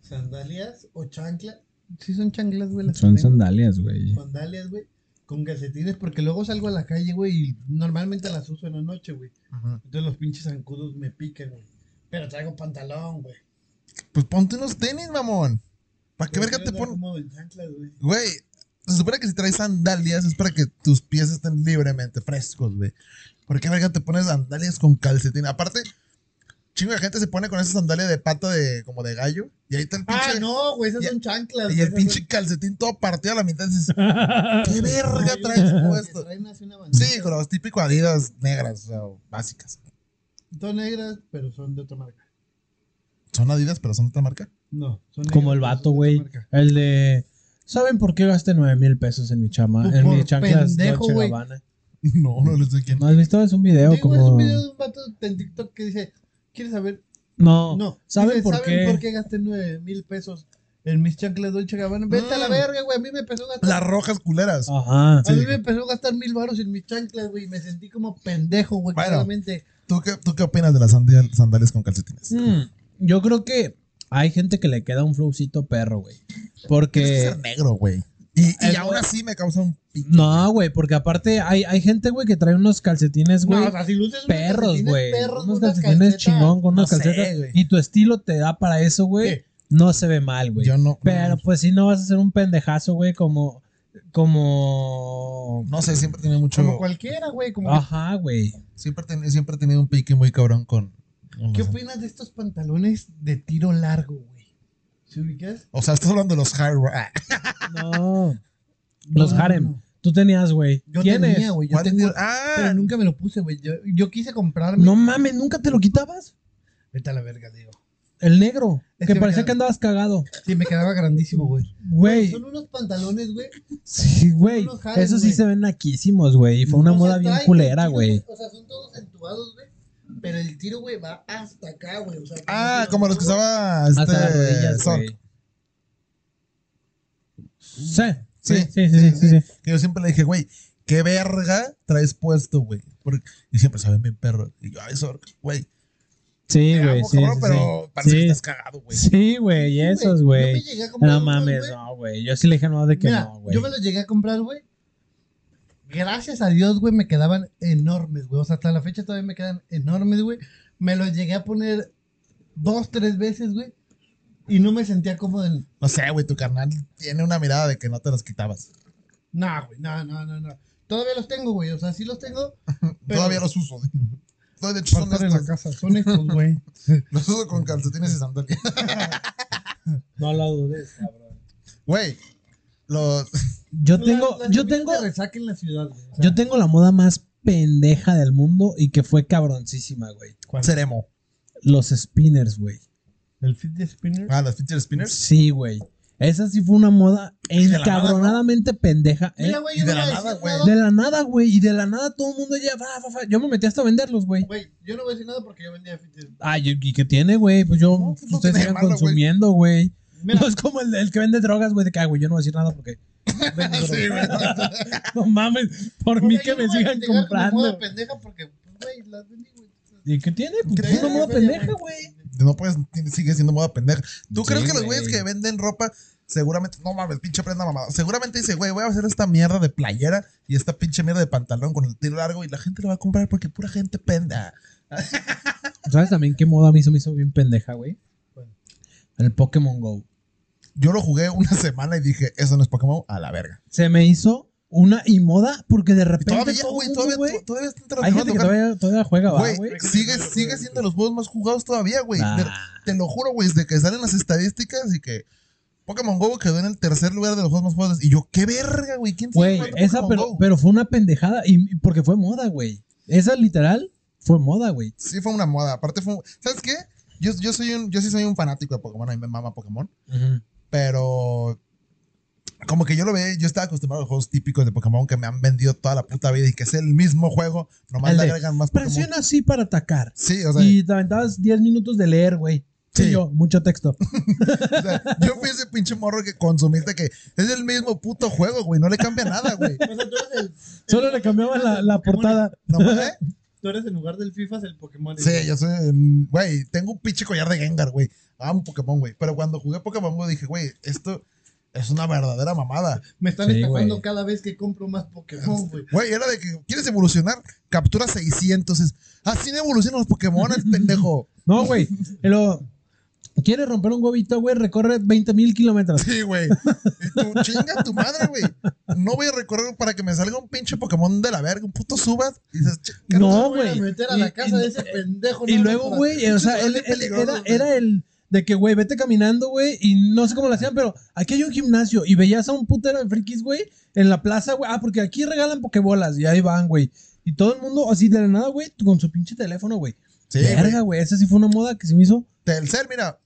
C: sandalias o chanclas. Sí, son chanclas, güey. las que
D: Son
C: tengo.
D: sandalias, güey.
C: sandalias, güey. Con calcetines, porque luego salgo a la calle, güey, y normalmente las uso en la noche, güey.
B: Ajá.
C: Entonces los pinches zancudos me pican, güey. Pero traigo pantalón, güey.
B: pues ponte unos tenis, mamón. ¿Para qué
C: Pero
B: verga
C: yo
B: te
C: Pues no
B: ponen?
C: como en chanclas, güey.
B: Güey, se supone que si traes sandalias es para que tus pies estén libremente frescos, güey. ¿Por qué verga te pones sandalias con calcetín? Aparte, chingo de gente se pone con esa sandalia de pata de como de gallo. Y ahí está el pinche.
C: Ah, no, güey, esas
B: y-
C: son chanclas.
B: Y el
C: esas
B: pinche
C: son-
B: calcetín todo partido a la mitad. Dices, ¿qué verga
C: Ay,
B: traes
C: güey,
B: puesto?
C: traen así una bandita.
B: Sí, con los típicos adidas negras, o sea, o básicas.
C: Son negras, pero son de otra marca.
B: Son adidas, pero son de otra marca.
C: No, son negras,
D: Como el
C: pero
D: vato,
C: son de
D: güey.
C: otra marca.
D: El de. ¿Saben por qué gasté 9 mil pesos en mi chama?
C: Pues
D: En mi
C: por
D: chanclas
C: pendejo,
D: Dolce
C: güey.
D: Gabbana.
B: No, no lo sé quién.
D: ¿No has visto? Es un video
C: Digo, es
D: como.
C: un video de un vato en TikTok que dice, ¿quieres saber?
D: No.
C: No.
D: ¿Saben
C: Dice,
D: por qué?
C: gasté 9 mil pesos en mis chanclas Dolce Gabbana? Vete a la
D: Ah.
B: Mm.
C: verga, güey. A mí me empezó a gastar...
B: Las rojas culeras.
D: Ajá.
C: A mí me empezó a gastar mil baros en mis chanclas, güey. y Me sentí como pendejo, güey.
B: Bueno.
C: claramente.
B: ¿Tú qué, ¿Tú qué opinas de las sandal- sandalias con calcetines?
D: Mm, yo creo que Mm, hay gente que le queda un flowcito perro, güey.
B: Tienes que
D: Porque.
B: ser negro, güey. Y Y, y
D: Es-
B: aún así me causa un pique.
D: No, güey, porque aparte hay, hay gente, güey, que trae unos calcetines, güey.
C: No, o sea, si luces unos
D: perros,
C: calcetines
D: güey.
C: perros,
D: Unos
C: unas
D: calcetines
C: calcetas.
D: chingón con unas
B: No sé,
D: calcetas.
B: güey.
D: Y tu estilo te da para eso, güey.
C: Sí.
D: No se ve mal, güey.
B: Yo no.
D: Pero pues si no vas a ser un pendejazo, güey, como. Como.
B: No sé, siempre tiene mucho.
C: Como cualquiera, güey. Como
D: Ajá, güey.
B: Siempre, ten- siempre he tenido un pique muy cabrón con. con
C: que- ¿Qué
B: los-
C: opinas de estos pantalones de tiro largo, güey? ¿Se ubicas?
B: O sea, estás hablando de los hard rock. Ah,
D: No. Los
C: No, no,
D: harem.
C: no.
D: Tú tenías, güey.
C: Yo
D: ¿Tienes?
C: tenía, güey. Yo
B: ¿cuál
C: tengo,
B: es? Ah,
C: pero nunca me lo puse, güey. Yo, yo quise comprarme.
D: No mames, nunca te lo quitabas.
C: Vete a la verga, digo.
D: El negro.
C: Es
D: que
C: que me
D: parecía
C: quedaba-
D: que andabas cagado.
C: Sí, me quedaba grandísimo, güey.
D: Güey.
C: Son unos pantalones, güey.
D: Sí, güey.
C: unos harem,
D: Esos sí
C: güey.
D: se ven naquísimos, güey. Y fue una
C: O sea,
D: moda bien
C: traen el
D: culera,
C: tiro,
D: güey.
C: O sea, son todos entubados, güey. Pero el tiro, güey, va hasta acá, güey. O sea,
B: ah, como los que usaba este.
D: Hasta las rodillas,
B: Zork.
D: güey. Sí, sí,
B: Sí,
D: sí, sí, sí, sí, sí.
B: Que yo siempre le dije, güey, qué verga traes puesto, güey. Porque- Y siempre saben bien perro. Y yo, ay, Zork, güey.
D: Sí,
B: te
D: güey,
B: amo,
D: sí,
B: cabrón,
D: sí,
B: pero
D: sí.
B: parece que
D: Sí.
B: estás cagado, güey.
D: Sí, güey, y esos, güey. No mames,
C: no.
D: no, güey. Yo sí le dije no de que
C: Mira,
D: no, güey.
C: yo me los llegué a comprar, güey. Gracias a Dios, güey, me quedaban enormes, güey. O sea, hasta la fecha todavía me quedan enormes, güey. Me los llegué a poner dos, tres veces, güey. Y no me sentía cómodo en...
B: No sé, güey, tu carnal tiene una mirada de que no te los quitabas.
C: Nah, güey, no, no, no, no. Todavía los tengo, güey. O sea, sí los tengo. Pero-
B: Todavía los uso. güey. No, de hecho, son
C: Parte de la
B: estos.
C: casa. Son estos, güey.
B: Los uso con calcetines y sandalias.
D: No lo dudes, cabrón.
B: Güey, los.
D: Yo tengo,
C: La- la
D: yo
C: comida
D: tengo,
C: de resaca en la ciudad, güey. O sea,
D: yo tengo la moda más pendeja del mundo y que fue cabroncísima, güey.
B: Ceremo.
D: Los spinners, güey.
C: El fit de spinner.
B: Ah, las feature spinners.
D: Sí, güey. Esa sí fue una moda
B: Y de la nada,
D: encabronadamente pendeja. ¿eh?
C: Mira, güey,
B: y
C: yo
B: de
C: no
B: la
C: voy a
B: nada,
C: decir
B: güey.
C: nada.
D: De la nada, güey. Y de la nada todo el mundo ya. fa, fa, fa. Yo me metí hasta a venderlos, güey.
C: Güey, yo no voy a decir nada porque yo vendía fit de
D: Ay, ¿y qué tiene, güey? Pues yo.
B: No, pues no
D: ustedes
B: tiene
D: sigan
B: de malo, güey.
D: consumiendo, güey.
C: Mira,
D: No es como el, el que vende drogas, güey. De que, "Ah, güey, yo no voy a decir nada porque. vendo
B: Sí,
D: drogas".
B: güey.
D: no mames. Por mí
C: güey,
D: que
C: yo
D: me
C: no voy a
D: sigan
C: criticar como moda
D: comprando.
C: pendeja porque, pues, güey, las vendí, güey.
D: ¿Y qué tiene? Pues
B: ¿Qué
D: es
B: tiene,
D: una moda
C: güey,
D: pendeja,
C: güey?
D: güey.
B: No puedes, tiene- sigue siendo moda pendeja. ¿Tú
D: Sí,
B: crees que los
D: güey.
B: güeyes que venden ropa seguramente. No mames, pinche prenda mamada. Seguramente dice, güey, voy a hacer esta mierda de playera y esta pinche mierda de pantalón con el tiro largo y la gente lo va a comprar porque pura gente penda.
D: ¿Sabes también qué moda a mí se me hizo bien pendeja, güey?
C: ¿Cuál?
D: El Pokémon Go.
B: Yo lo jugué una semana y dije, eso no es Pokémon, a la verga.
D: Se me hizo una y moda porque de
B: Y
D: repente.
B: todavía,
D: todo
B: güey,
D: mundo,
B: todavía,
D: güey,
B: todavía están
D: Hay gente
B: tratando
D: que todavía, todavía juega, ¿va, Ah, güey.
B: Güey, sigue, sigue siendo los juegos más jugados todavía, güey.
D: Nah.
B: De- Te lo juro, güey, desde que salen las estadísticas y que Pokémon GO quedó en el tercer lugar de los juegos más jugados. Y yo, qué verga, güey. ¿Quién sigue
D: Güey,
B: jugando
D: esa,
B: Pokémon
D: pero,
B: Go?
D: pero fue una pendejada. Y, y porque fue moda, güey. Esa literal fue moda, güey.
B: Sí, fue una moda. Aparte, fue. un- ¿Sabes qué? Yo, yo, soy un, yo sí soy un fanático de Pokémon. A mí me mama Pokémon. Pero. Como que yo lo veía, yo estaba acostumbrado a los juegos típicos de Pokémon que me han vendido toda la puta vida y que es el mismo juego, nomás
D: El
B: le
D: de
B: agregan más Pokémon.
D: Presiona así para atacar.
B: Sí, o sea,
D: y te aventabas 10 minutos de leer, güey. Sí,
B: Sí.
D: yo, mucho texto.
B: O sea, yo fui ese pinche morro que consumiste que es el mismo puto juego, güey. No le cambia nada, güey.
C: O sea, tú eres el-
D: Solo le cambiaba la, la
C: Pokémon.
D: portada.
B: No, ¿eh?
C: Tú eres en lugar del FIFA, es el Pokémon.
B: Sí, yo soy. mm, Güey, tengo un pinche collar de Gengar, güey. Amo Pokémon, güey. Pero cuando jugué Pokémon Go dije, güey, esto es una verdadera mamada.
C: Me están
D: Sí,
C: estafando
D: güey.
C: cada vez que compro más Pokémon, güey.
B: Güey, era de que quieres evolucionar, captura 600. Es, Así no evolucionan los Pokémon, pendejo.
D: No, güey. Y luego, ¿Quieres romper un huevito, güey? Recorre 20 mil kilómetros.
B: Sí, güey. Y tú, chinga tu madre, güey. No voy a recorrer para que me salga un pinche Pokémon de la verga, un puto subas. Y dices, "Ch-
C: Me
D: No,
C: voy a
D: güey.
C: meter a
D: Y-
C: la casa
D: y-
C: de ese pendejo.
D: Y
C: nada más
D: luego,
C: para-
D: güey, o sea,
B: Eso
D: él,
B: Pues es
D: él
B: peligroso,
D: era,
B: güey.
D: era el de que, güey, vete caminando, güey, y no sé cómo lo hacían, pero aquí hay un gimnasio y veías a un putero de frikis, güey, en la plaza, güey. Ah, porque aquí regalan pokebolas y ahí van, güey. Y todo el mundo, así de la nada, güey, con su pinche teléfono, güey.
B: Sí, güey.
D: Verga, güey, esa sí fue una moda que se me hizo.
B: Telcel, mira,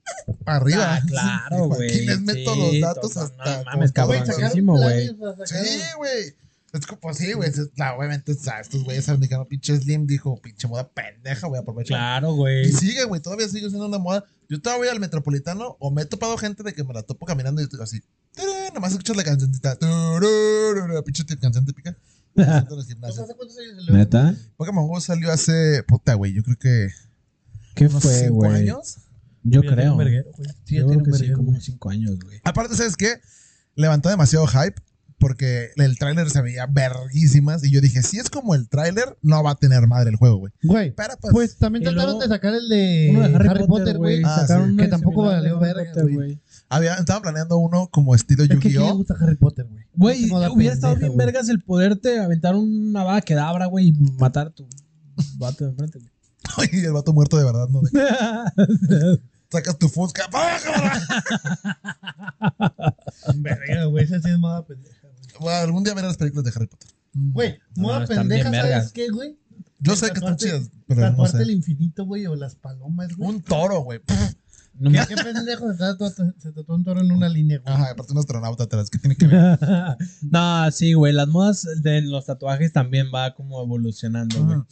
B: para arriba.
D: Ah, claro,
B: Dijo,
D: güey.
B: Aquí les meto
D: Sí,
B: los datos
D: total,
B: hasta.
D: no mames,
B: como-
C: Güey,
D: cabrón.
B: Güey,
D: cabroncísimo, güey.
C: sacaron planes, o sea,
B: Sí,
C: sacaron-
B: güey. Es como, pues sí, güey. es- la- Obviamente, o sea, estos güeyes saben que no pinche Slim dijo, pinche moda pendeja, voy a aprovechar.
D: Claro,
B: Y
D: güey.
B: sigue, güey, todavía sigue siendo una moda. Yo todavía voy al metropolitano o me he topado gente de que me la topo caminando y estoy así. "Tarán", Nomás escuchas la cancioncita. "Tararara", Pinche t- canción típica. Me siento en el
C: O sea,
B: gimnasio.
C: ¿hace cuántos años se le-
D: ¿Neta?
B: Pokémon Go salió hace, puta, güey, yo creo que
D: ¿Qué
B: unos
D: fue,
B: 5
D: güey?
B: años.
D: Yo
C: Ya tiene
D: creo.
C: un verguero, güey. Sí, ya tiene
D: Yo creo
C: un
D: que sí,
C: verguero,
D: como
C: güey.
D: unos 5 años, güey.
B: Aparte, ¿sabes qué? Levantó demasiado hype. porque el tráiler se veía verguísimas y yo dije, si es como el tráiler, no va a tener madre el juego, güey.
C: Güey,
B: Pero pues,
C: pues también
D: y
C: trataron
D: luego-
C: de sacar el de
D: Uno de
C: Eh, Harry, Potter, güey.
B: Ah,
D: sacaron
B: sí.
D: uno
C: Que tampoco
D: similar de
C: valió
D: Harry
C: verga,
D: Potter,
C: güey.
D: güey.
B: había, estaban planeando uno como estilo
C: Es que ¿quién le
B: Yu-Gi-Oh!
C: gusta Harry Potter, güey?
D: Güey,
C: Tengo la
D: hubiera estado
C: pendeja,
D: bien
C: güey.
D: vergas el poderte aventar una bala que dabra, güey, y matar a tu vato de enfrente, güey.
B: Y el vato muerto de verdad, ¿no? De- sacas tu fusca. ¡Ah, cabrón!
C: Verga, güey, esa sí es moda pendeja. güey.
B: Bueno, algún día veré las películas de Harry Potter.
C: Güey,
D: No,
C: moda
D: están
C: pendeja,
D: bien vergas.
C: ¿sabes qué, güey? Pues,
B: Yo sé que están
C: Tatuarte-
B: chidas, pero no
C: Tatuarte el
B: sé.
C: infinito, güey, o las palomas, güey.
B: Un toro, güey. Pff.
D: No me-
C: ¿Qué pendejo se tatuó, se tatuó un toro en una línea, güey?
B: Ajá, aparte un astronauta atrás, ¿qué tiene que ver?
D: no, sí, güey, las modas de los tatuajes también va como evolucionando, güey.
B: Ajá.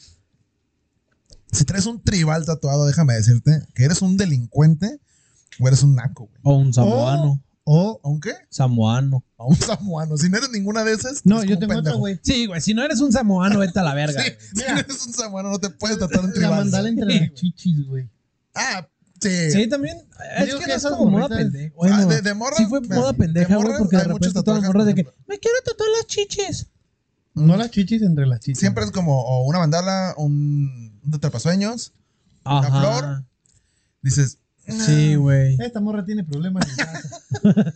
B: Si traes un tribal tatuado, déjame decirte que eres un delincuente o eres un naco, güey.
D: O un samoano,
C: O,
B: ¿A un qué?
D: samoano.
B: A un samoano. Si no eres ninguna de esas,
C: no,
B: eres como
C: yo
B: un
C: tengo otra,
B: pendejo.
C: güey.
D: Sí, güey, si no eres un samoano, vete a la verga.
B: Sí,
D: güey.
B: si
C: Mira.
B: no eres un samoano, no te puedes tatuar un
C: La
B: tribal.
C: mandala entre las chichis, güey.
B: Ah, sí.
D: Sí, también. Es
C: Digo
D: que
C: que
D: no es
C: esas
D: como moda
C: morritas-
D: pendeja.
B: Ah,
D: Bueno,
B: de, de morra.
D: sí fue
B: de-
D: moda pendeja,
B: de
D: güey,
B: morra
D: porque de
B: hay muchos
D: repente todas las
B: tatuajes,
D: morras de
B: por
D: que
B: ejemplo.
D: me quiero tatuar las chiches.
C: No las chichis entre las chichis.
B: Siempre es como o una mandala, un, un atrapasueños.
D: Ajá.
B: flor? Ah. Dices,
D: Sí, güey.
C: Esta morra tiene problemas en casa.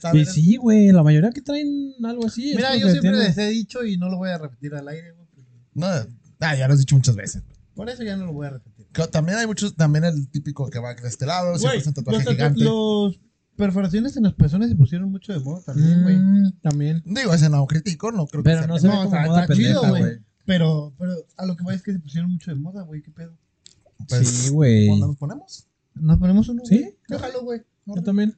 B: ¿sabes?
D: Y sí, güey, la mayoría que traen algo así. es
C: Mira,
D: porque
C: yo siempre
D: tienen-
C: les he dicho y no lo voy a repetir al aire, güey. porque-
B: No, ah, ya lo has dicho muchas veces.
C: Por eso ya no lo voy a repetir.
B: Que También hay muchos, también el típico que va de este lado, siempre
C: Güey,
B: es un tatuaje
C: los tatu-
B: gigante.
C: Los perforaciones en los pezones se pusieron mucho de moda también, güey.
D: Mm, también.
B: Digo, ese no critico, no creo que
D: Pero
B: sea
D: no
B: pendejo.
D: se ve como
C: está-
D: moda
C: está chido,
D: pendeja,
C: güey.
D: güey.
C: Pero, pero a lo que voy es que se pusieron mucho de moda, güey. ¿Qué pedo?
B: Pues,
D: sí, güey.
B: ¿Cuándo nos ponemos?
C: ¿Nos ponemos uno?
D: ¿Sí?
C: güey? Yo jalo, güey.
D: Yo también.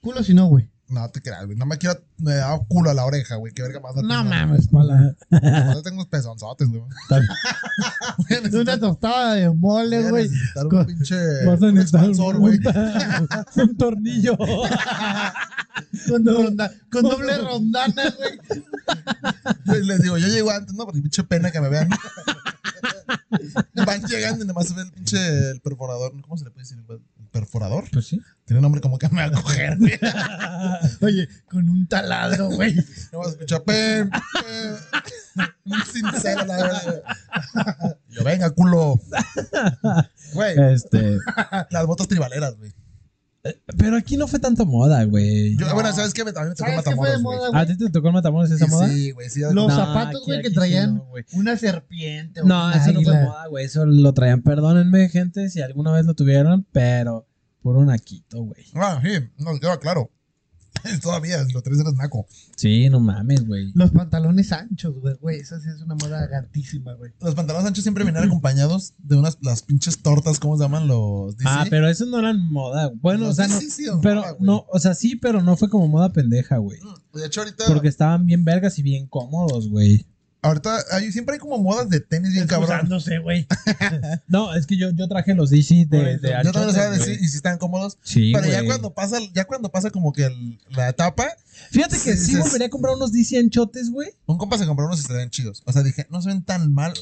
C: Culo si no, güey.
B: No te creas, güey. No me quiero. Me da culo a la oreja, güey. Qué verga más.
C: No
B: tengo.
C: mames, pala.
B: Aparte tengo unos pezonzotes, güey. Voy a necesitar-
C: Una tostada de
B: voy
C: mole,
B: a
C: güey.
B: necesitar un
C: Con-
B: pinche.
D: Vas a
B: un
D: necesitar
B: expansor,
D: un,
B: güey.
D: un tornillo.
C: Con, ronda- con doble rondana, güey.
B: Pues Les digo, yo llego antes, ¿no? Porque pinche pena que me vean. Van llegando y nomás se ve el pinche el perforador. ¿Cómo se le puede decir? güey? ¿El perforador?
D: Pues sí.
B: Tiene nombre como que me va a coger, güey.
C: Oye, con un taladro, güey.
B: Nomás escucha, pem, pem. Un sincero, la verdad. Yo, venga, culo. Güey,
D: Este.
B: las botas tribaleras, güey.
D: Pero aquí no fue tanto moda, güey.
B: Yo, bueno, ¿sabes qué? También me tocó
C: ¿Sabes qué fue de
B: Matamoros, güey.
C: moda,
D: ¿A
C: güey? Ah,
D: ti te tocó el Matamoros esa
B: Sí,
D: moda?
B: Sí, güey, sí.
C: Los
D: No,
C: zapatos,
D: aquí-
C: güey, que
D: aquí sí
C: traían
D: no, güey.
C: una serpiente. o
D: No,
C: un
D: eso no fue
C: águila.
D: moda, güey. Eso lo traían, perdónenme, gente, si alguna vez lo tuvieron, pero por un aquito, güey.
B: Ah, sí, no, queda claro. Todavía, si lo tres eres naco.
D: Sí, no mames, güey.
C: Los pantalones anchos, güey. Güey, esa sí es una moda gatísima, güey.
B: Los pantalones anchos siempre venían acompañados de unas las pinches tortas, ¿cómo se llaman los DC?
D: Ah, pero esos no eran moda. Bueno,
B: Los
D: o sea, no,
B: DC sí eran
D: pero
B: moda, güey.
D: no, o sea, sí, pero no fue como moda pendeja, güey.
B: Mm, De hecho, ahorita,
D: Porque estaban bien vergas y bien cómodos, güey.
B: ahorita hay, siempre hay como modas de tenis bien cabrón.
C: Excusándose, güey.
D: No, es que yo, yo traje los DC
C: Por
D: de,
C: eso. Yo
D: de
B: Yo también
D: anchotes,
B: lo sabía
D: güey.
B: decir, y si están cómodos.
D: Sí,
B: pero ya
D: güey.
B: cuando pasa, ya cuando pasa como que el- la etapa,
D: Fíjate que
B: Sí,
D: sí,
B: sí,
D: volvería a comprar unos DC anchotes, güey.
B: un compa se compró unos y se ven chidos. O sea, dije, no se ven tan mal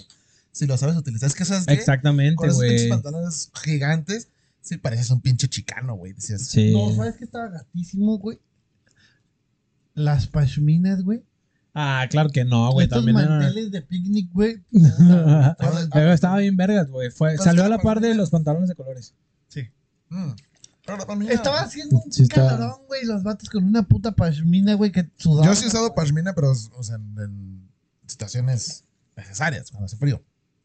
B: si lo sabes utilizar. Es que sabes qué? con
D: Exactamente,
B: esos pinches
D: güey.
B: pantalones gigantes, sí pareces un pinche chicano, güey. Decías,
D: Sí.
C: No, ¿sabes qué estaba gatísimo, güey? Las pashminas, güey.
D: Ah, claro que no, güey.
C: Estos
D: También eran-
C: manteles de picnic, güey.
D: Pero estaba bien vergas, güey. Fue-
B: Pues
D: Salió a
B: que
D: la
B: la
D: par de
B: pandemia-
D: los pantalones de colores.
B: mm, pero la pashmina-
C: Estaba haciendo un
D: Sí, está-
C: calorón, güey, los vatos con una puta pashmina, güey, que sudaba.
B: Yo sí he usado pashmina, pero o sea, en, en situaciones necesarias, cuando hace frío.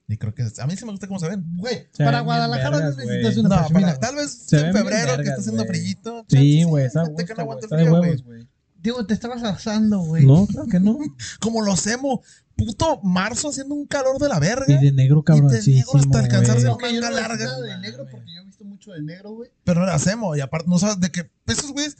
B: Y creo que a mí sí me gusta cómo se ven.
C: Güey,
D: Se
C: para
D: ven bien
C: Guadalajara
D: vergas,
C: no necesitas
D: güey.
C: una
B: No,
C: pashmina.
B: para-
C: güey.
B: tal vez
D: Se
B: en
D: ven bien
B: febrero que
D: vergas,
B: está haciendo
D: güey.
B: frillito.
D: Sí,
B: chance,
D: güey. Está,
B: gente
D: gusto,
B: que no
D: güey,
B: aguanta el
D: está de
B: frío, güey.
D: huevos, güey.
C: Digo, te estabas asando, güey.
D: No, claro que no.
B: Como los emo. Puto marzo haciendo un calor de la verga.
D: Y de negro
B: negro
D: cabroncísimo,
B: hasta alcanzarse
D: güey.
B: a-
C: Ok, yo no
B: Manga
C: voy a
B: larga.
C: decir nada de negro porque yo he visto mucho de negro, güey.
B: Pero era emo. Y aparte, no sabes de qué. Esos güeyes,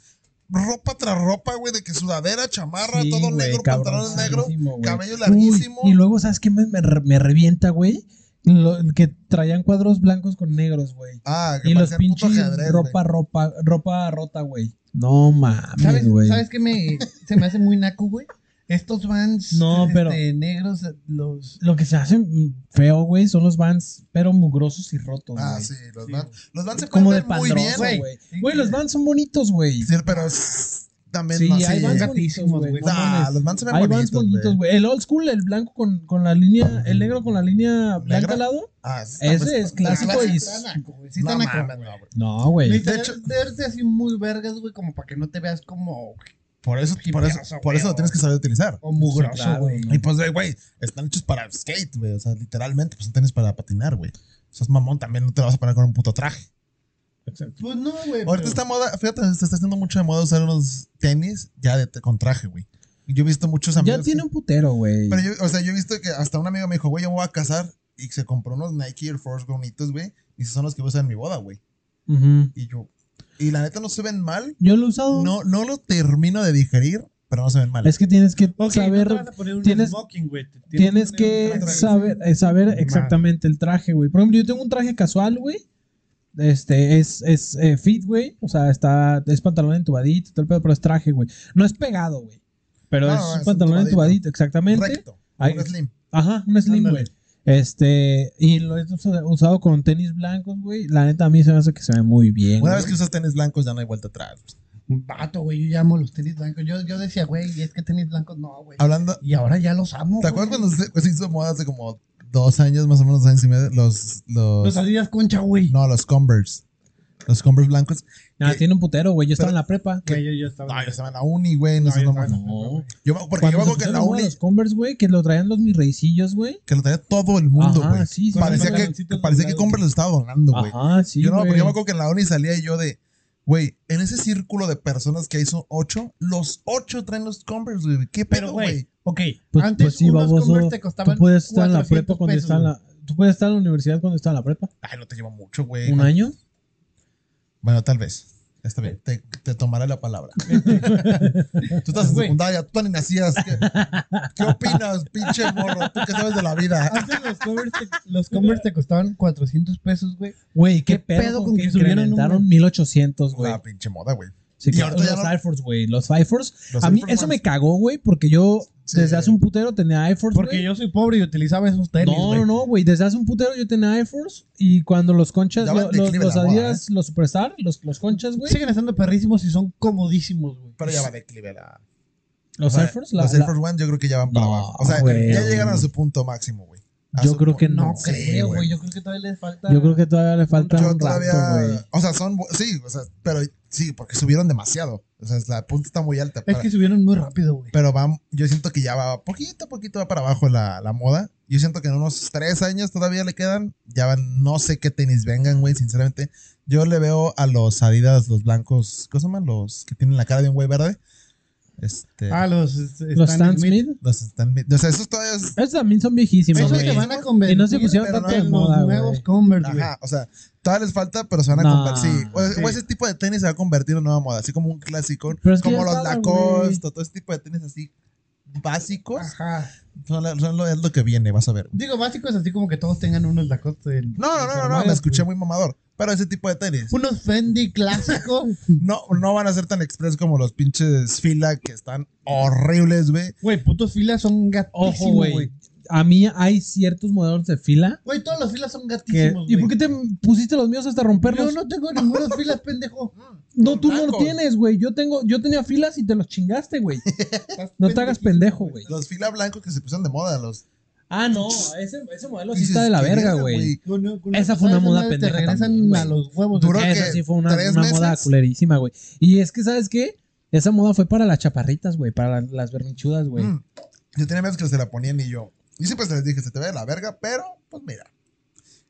B: ropa tras ropa, güey. De que sudadera, chamarra,
D: Sí,
B: todo
D: güey,
B: negro, pantalones negros,
D: cabroncísimo, güey.
B: cabello
D: Uy,
B: larguísimo.
D: y luego, ¿sabes qué me, me, re- me revienta, güey? Lo- que traían cuadros blancos con negros, güey.
B: ah, que
D: Y los
B: parecían puto
D: pinches
B: ajedrez, güey.
D: ropa, ropa, ropa rota, güey. No
C: ¿Sabes,
D: mames, güey.
C: ¿sabes qué me, se me hace muy naco, güey? Estos vans
D: No, pero-
C: este, negros, los...
D: Lo que se hace mm, feo, güey, son los vans, pero mugrosos y rotos, güey.
B: Ah, sí, los
C: Sí,
B: van. Los van se
D: Como
B: pueden
D: de
B: ver muy bien,
D: pandroso,
B: güey.
D: güey. Güey, los vans son bonitos, güey.
B: Sí, pero. es- también
D: Sí,
B: más.
D: hay
B: sí.
D: vans
B: Nah,
D: bonitos,
E: gatísimos,
D: güey.
E: güey.
D: No mames.
B: los vans se ven
D: Hay vans
B: bonitos,
D: bonitos,
B: güey.
D: güey. El old school, el blanco con, con la línea, el negro con la línea blanca
B: ¿Negra?
D: al lado.
B: Ah,
D: Ese
B: también-
D: es clásico
B: Ah,
D: y-
C: Sí, están naco, güey, sí
B: No
C: están
B: mames,
C: naco.
B: güey.
D: No, güey.
C: Literal,
B: hecho-
C: verte así muy vergas, güey, como para que no te veas como.
B: Por eso, por eso,
C: Quimioso,
B: por eso
C: güey,
B: lo tienes que saber utilizar.
C: O mugroso,
D: Sí, claro,
C: güey.
D: no.
B: Y pues, güey, güey, están hechos para skate, güey. O sea, literalmente, pues no tienes para patinar, güey. O sea, es mamón, también no te la vas a poner con un puto traje.
C: Pues no, güey.
B: Ahorita
C: pero-
B: está moda, fíjate, se está haciendo mucho de moda usar unos tenis ya de, con traje, güey. Yo he visto muchos amigos.
D: Ya
B: que-
D: tiene un putero, güey.
B: Pero yo, o sea, yo he visto que hasta un amigo me dijo, güey, yo me voy a casar y se compró unos Nike Air Force bonitos, güey. Y esos son los que voy a usar en mi boda, güey.
D: Ujú.
B: Y yo, y la neta no se ven mal.
D: Yo lo he usado.
B: No, no lo termino de digerir, pero no se ven mal.
D: Es que tienes que
E: Ok,
D: saber.
E: no te vas a poner un
D: tienes-
E: smoking, güey. Te
D: Tienes
E: poner
D: que
E: un traje.
D: saber, eh, saber exactamente el traje, güey. Por ejemplo, yo tengo un traje casual, güey. Este es, es eh, fit, güey. O sea, está, es pantalón entubadito, y todo el pedo, pero es traje, güey. No es pegado, güey. Pero
B: No,
D: es,
B: no,
D: un
B: es
D: pantalón
B: entubadito.
D: entubadito, exactamente.
B: Recto.
D: Ay.
B: un slim.
D: Ajá, un slim,
E: Ándale.
D: güey. Este, y lo he usa- usado con tenis blancos, güey. La neta a mí se me hace que se ve muy bien.
B: Una
D: güey.
B: vez que usas tenis blancos ya no hay vuelta atrás.
C: Vato, güey, yo llamo los tenis blancos. Yo, yo decía, güey, y es que tenis blancos no, güey.
B: Hablando,
C: Y ahora ya los amo.
B: ¿te
C: güey.
B: acuerdas cuando se, se hizo moda hace como dos años, más o menos, dos años y medio? Los,
C: Los
B: los,
C: Adidas Concha, güey.
B: no, los Converse. Los Converse blancos.
D: Nada,
B: que-
D: tiene un putero, güey. Yo estaba
B: pero-
D: en la prepa.
E: Güey, yo, yo estaba.
B: No, ya se van a uni, güey, no,
E: No,
B: sé
E: yo
B: cómo.
E: estaba-
D: No.
B: Yo, me- porque yo me
D: Cuando se
B: acuerdo que en
D: pusieron
B: la
D: de moda
B: uni,
D: los Converse, güey, que lo traían los mis reicillos, güey.
B: que lo tenía todo el mundo,
D: Ajá,
B: güey.
D: sí, sí,
B: parecía
D: sí.
B: que,
E: pantaloncitos
B: parecía que
E: doblados.
B: Converse los estaba donando, güey.
D: Ajá, sí,
B: yo no, porque
D: güey.
B: yo me acuerdo que en la uni salía y yo de, güey, en ese círculo de personas que hay son ocho, los ocho traen los Converse, güey. ¿Qué
E: Pero,
B: pedo,
E: güey,
B: güey?
E: ok.
D: Pues-
C: Antes
D: pues sí,
C: unos
D: baboso,
C: Converse te costaban
D: Tú puedes estar en la
C: 400
D: prepa cuando
C: pesos,
D: estás en
C: güey.
D: la. Tú puedes estar en la universidad cuando estás en la prepa.
B: Ay, no te lleva mucho, güey.
D: Un año.
B: Bueno, tal vez. Está bien, te, te tomaré la palabra. tú estás en
E: Güey.
B: secundaria, tú ni nacías. ¿Qué, qué opinas, pinche morro? ¿Tú qué sabes de la vida?
C: Antes los Converse, te, los Converse te costaban 400 pesos, güey.
D: Güey, qué,
C: ¿Qué
D: pedo,
C: pedo
D: con
C: con
D: que
C: que subieron un-
D: incrementaron 1800, güey.
B: La pinche moda, güey.
D: Sí,
B: Y
D: claro,
B: ahorita ya
D: los
B: no-
D: Air Force, güey. Los Air Force.
B: Los
D: A mí
B: Air Force
D: eso me
B: Ones.
D: cagó, güey, porque yo
B: Sí.
D: desde hace un putero tenía Air Force.
E: Porque
D: Pues, güey.
E: yo soy pobre y utilizaba esos tenis.
D: No,
E: güey.
D: no, no, güey. Desde hace un putero yo tenía Air Force. Y cuando los conchas,
B: Ya va
D: lo-
B: en
D: los,
B: declive
D: los
B: la moda,
D: Adidas, los Superstar, los, los conchas, güey.
E: Siguen estando perrísimos y son comodísimos, güey.
B: Pero ya va declive la.
D: Los
B: o sea,
D: Air Force, la-
B: los Air
D: la-
B: Force One yo creo que ya van para
D: No,
B: abajo. O sea,
D: güey.
B: ya llegaron a su punto máximo, güey. A
D: yo
B: su
D: creo
B: pu-
D: que no.
B: Sí,
C: Creo,
B: güey.
C: güey. Yo creo que todavía les falta.
D: Yo creo que todavía le falta
B: Yo
D: un rato,
B: todavía.
D: güey.
B: o sea, son. bu- Sí, o sea, pero sí, porque subieron demasiado. O sea, la punta está muy alta.
C: Es
B: para-
C: que subieron muy rápido, güey.
B: Pero va, yo siento que ya va poquito a poquito va para abajo la, la moda. Yo siento que en unos tres años todavía le quedan. Ya van, no sé qué tenis vengan, güey, sinceramente. Yo le veo a los Adidas, los blancos, ¿cómo se llaman? Los que tienen la cara de un güey verde. Este.
E: Ah, los. Stan,
D: Los Stan
E: Smith.
D: Smith.
B: los están. O sea, esos todavía. es-
D: Esos también son
C: Esos
D: viejísimos,
B: Eso
D: güey.
C: se van a convertir
D: Y no se pusieron
B: pero
D: tanto
B: no
D: de
C: en
D: moda,
C: los
D: güey.
C: nuevos Converse, güey.
B: Ajá, o sea, todavía les falta, pero se van a
D: Nah.
B: convertir. Sí, o- o,
E: Sí.
B: ese tipo de tenis se va a convertir en nueva moda, así como un clásico.
D: Pero es que
B: como
D: ya
B: los
D: estaba,
B: Lacoste, o todo ese tipo de tenis así básicos.
C: Ajá.
B: Son, la- son lo, es lo que viene, vas a ver. güey.
C: Digo, básico es así como que todos tengan unos Lacoste. del-
B: No, no, no, no,
C: del
B: no, este
C: armario,
B: me escuché
C: güey.
B: muy mamador. Pero ese tipo de tenis
C: Unos Fendi clásicos.
B: no, no van a ser tan express como los pinches fila que están horribles, güey.
E: Güey, putos filas son gatísimos,
D: Ojo, güey.
E: güey.
D: A mí hay ciertos modelos de fila.
C: Güey, todas las filas son
D: que-
C: gatísimos,
D: ¿Y
C: güey.
D: por qué te pusiste los míos hasta romperlos?
C: Yo
D: No,
C: no tengo ninguna filas, pendejo.
D: tú no
B: blancos.
D: los tienes, güey. Yo tengo, yo tenía filas y te los chingaste, güey. No te hagas pendejo, güey.
B: Los fila blancos que se pusieron de moda, los.
D: Ah, no, ese, ese modelo sí
B: dices,
D: está de la
B: "¿Qué
D: verga, güey.
C: Con- con- con-
D: Esa fue una
C: ¿sabes?
D: moda
C: Te
D: pendeja
C: regresan
D: también, güey.
C: a los huevos.
B: Duró
C: güey.
B: que
D: Esa sí fue una,
B: tres
D: una moda
B: meses.
D: culerísima, güey. Y es que, ¿sabes qué? Esa moda fue para las chaparritas, güey, para la- las bernichudas, güey.
B: Mm. Yo tenía amigos que se la ponían y yo. Y siempre se les dije, se te ve de la verga, pero pues mira.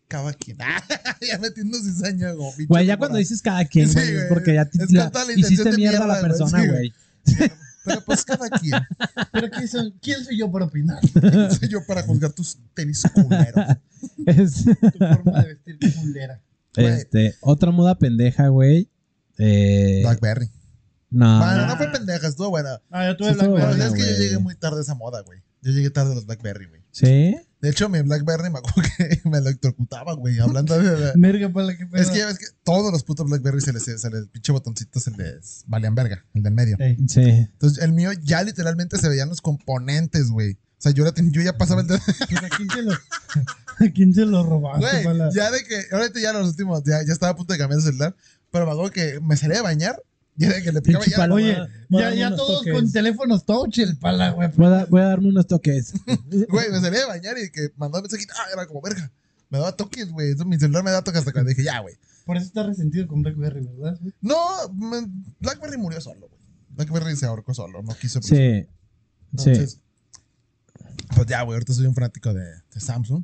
B: Cada quien. ya metiendo cizaña, como pinche
D: Güey, ya
B: temporada.
D: cuando dices cada quien,
B: Sí,
D: güey, es
B: güey.
D: porque ya te-
B: Es
D: la-
B: con toda la
D: hiciste
B: intención de
D: mierda a la
B: mierda, güey,
D: persona,
B: sí,
D: güey.
B: Pero pues cada quien.
C: Pero ¿quién soy, quién soy yo para opinar?
B: Soy yo para juzgar tus tenis culeros.
D: Es-
C: Tu forma de vestir culera.
B: Güey.
D: Este, otra moda pendeja, güey. Eh,
B: Blackberry.
D: no.
B: Bueno, no fue pendeja, estuvo buena.
E: Ah, yo tuve
D: Sí, estuvo
E: Blackberry.
B: Pero
D: buena,
B: es que yo
D: güey.
B: llegué muy tarde a esa moda, güey. Yo llegué tarde a los Blackberry, güey.
D: ¿Sí?
B: De hecho, mi Blackberry me acuerdo que me electrocutaba, güey. Hablando de.
C: Merga para la que
B: es que ya ves que todos los putos Blackberry se les, se les el pinche botoncito se les valían verga, el del medio.
E: Ey.
D: Sí.
B: Entonces, el mío ya literalmente se veían los componentes, güey. O sea, yo, la ten- yo ya pasaba el dedo.
E: Pues, ¿A quién se lo, a quién se lo
D: Ah,
E: robaste?
B: Güey,
E: pala?
B: ya de que. Ahorita ya los últimos. Ya, ya estaba a punto de cambiar de celular. Pero me acuerdo que me salí a bañar Y era que le picaba
D: Pinche
B: ya.
D: palo.
C: Oye,
D: Voy a- voy a
C: ya,
D: darme
C: ya
D: unos
C: todos
D: toques.
C: con teléfonos touch, el pala, güey.
D: Voy a, dar- voy a darme unos toques.
B: Güey, me salí de bañar y que mandó un mensajito. Ah, era como verga. Me daba toques, güey. Entonces, Mi celular me daba toques hasta cuando dije, ya, güey.
C: Por eso está resentido con BlackBerry, ¿verdad? güey?
B: No, me- Blackberry murió solo, güey. Blackberry se ahorcó solo, no quiso.
D: Sí. Sí.
B: Entonces, pues ya, güey, ahorita soy un fanático de, de Samsung.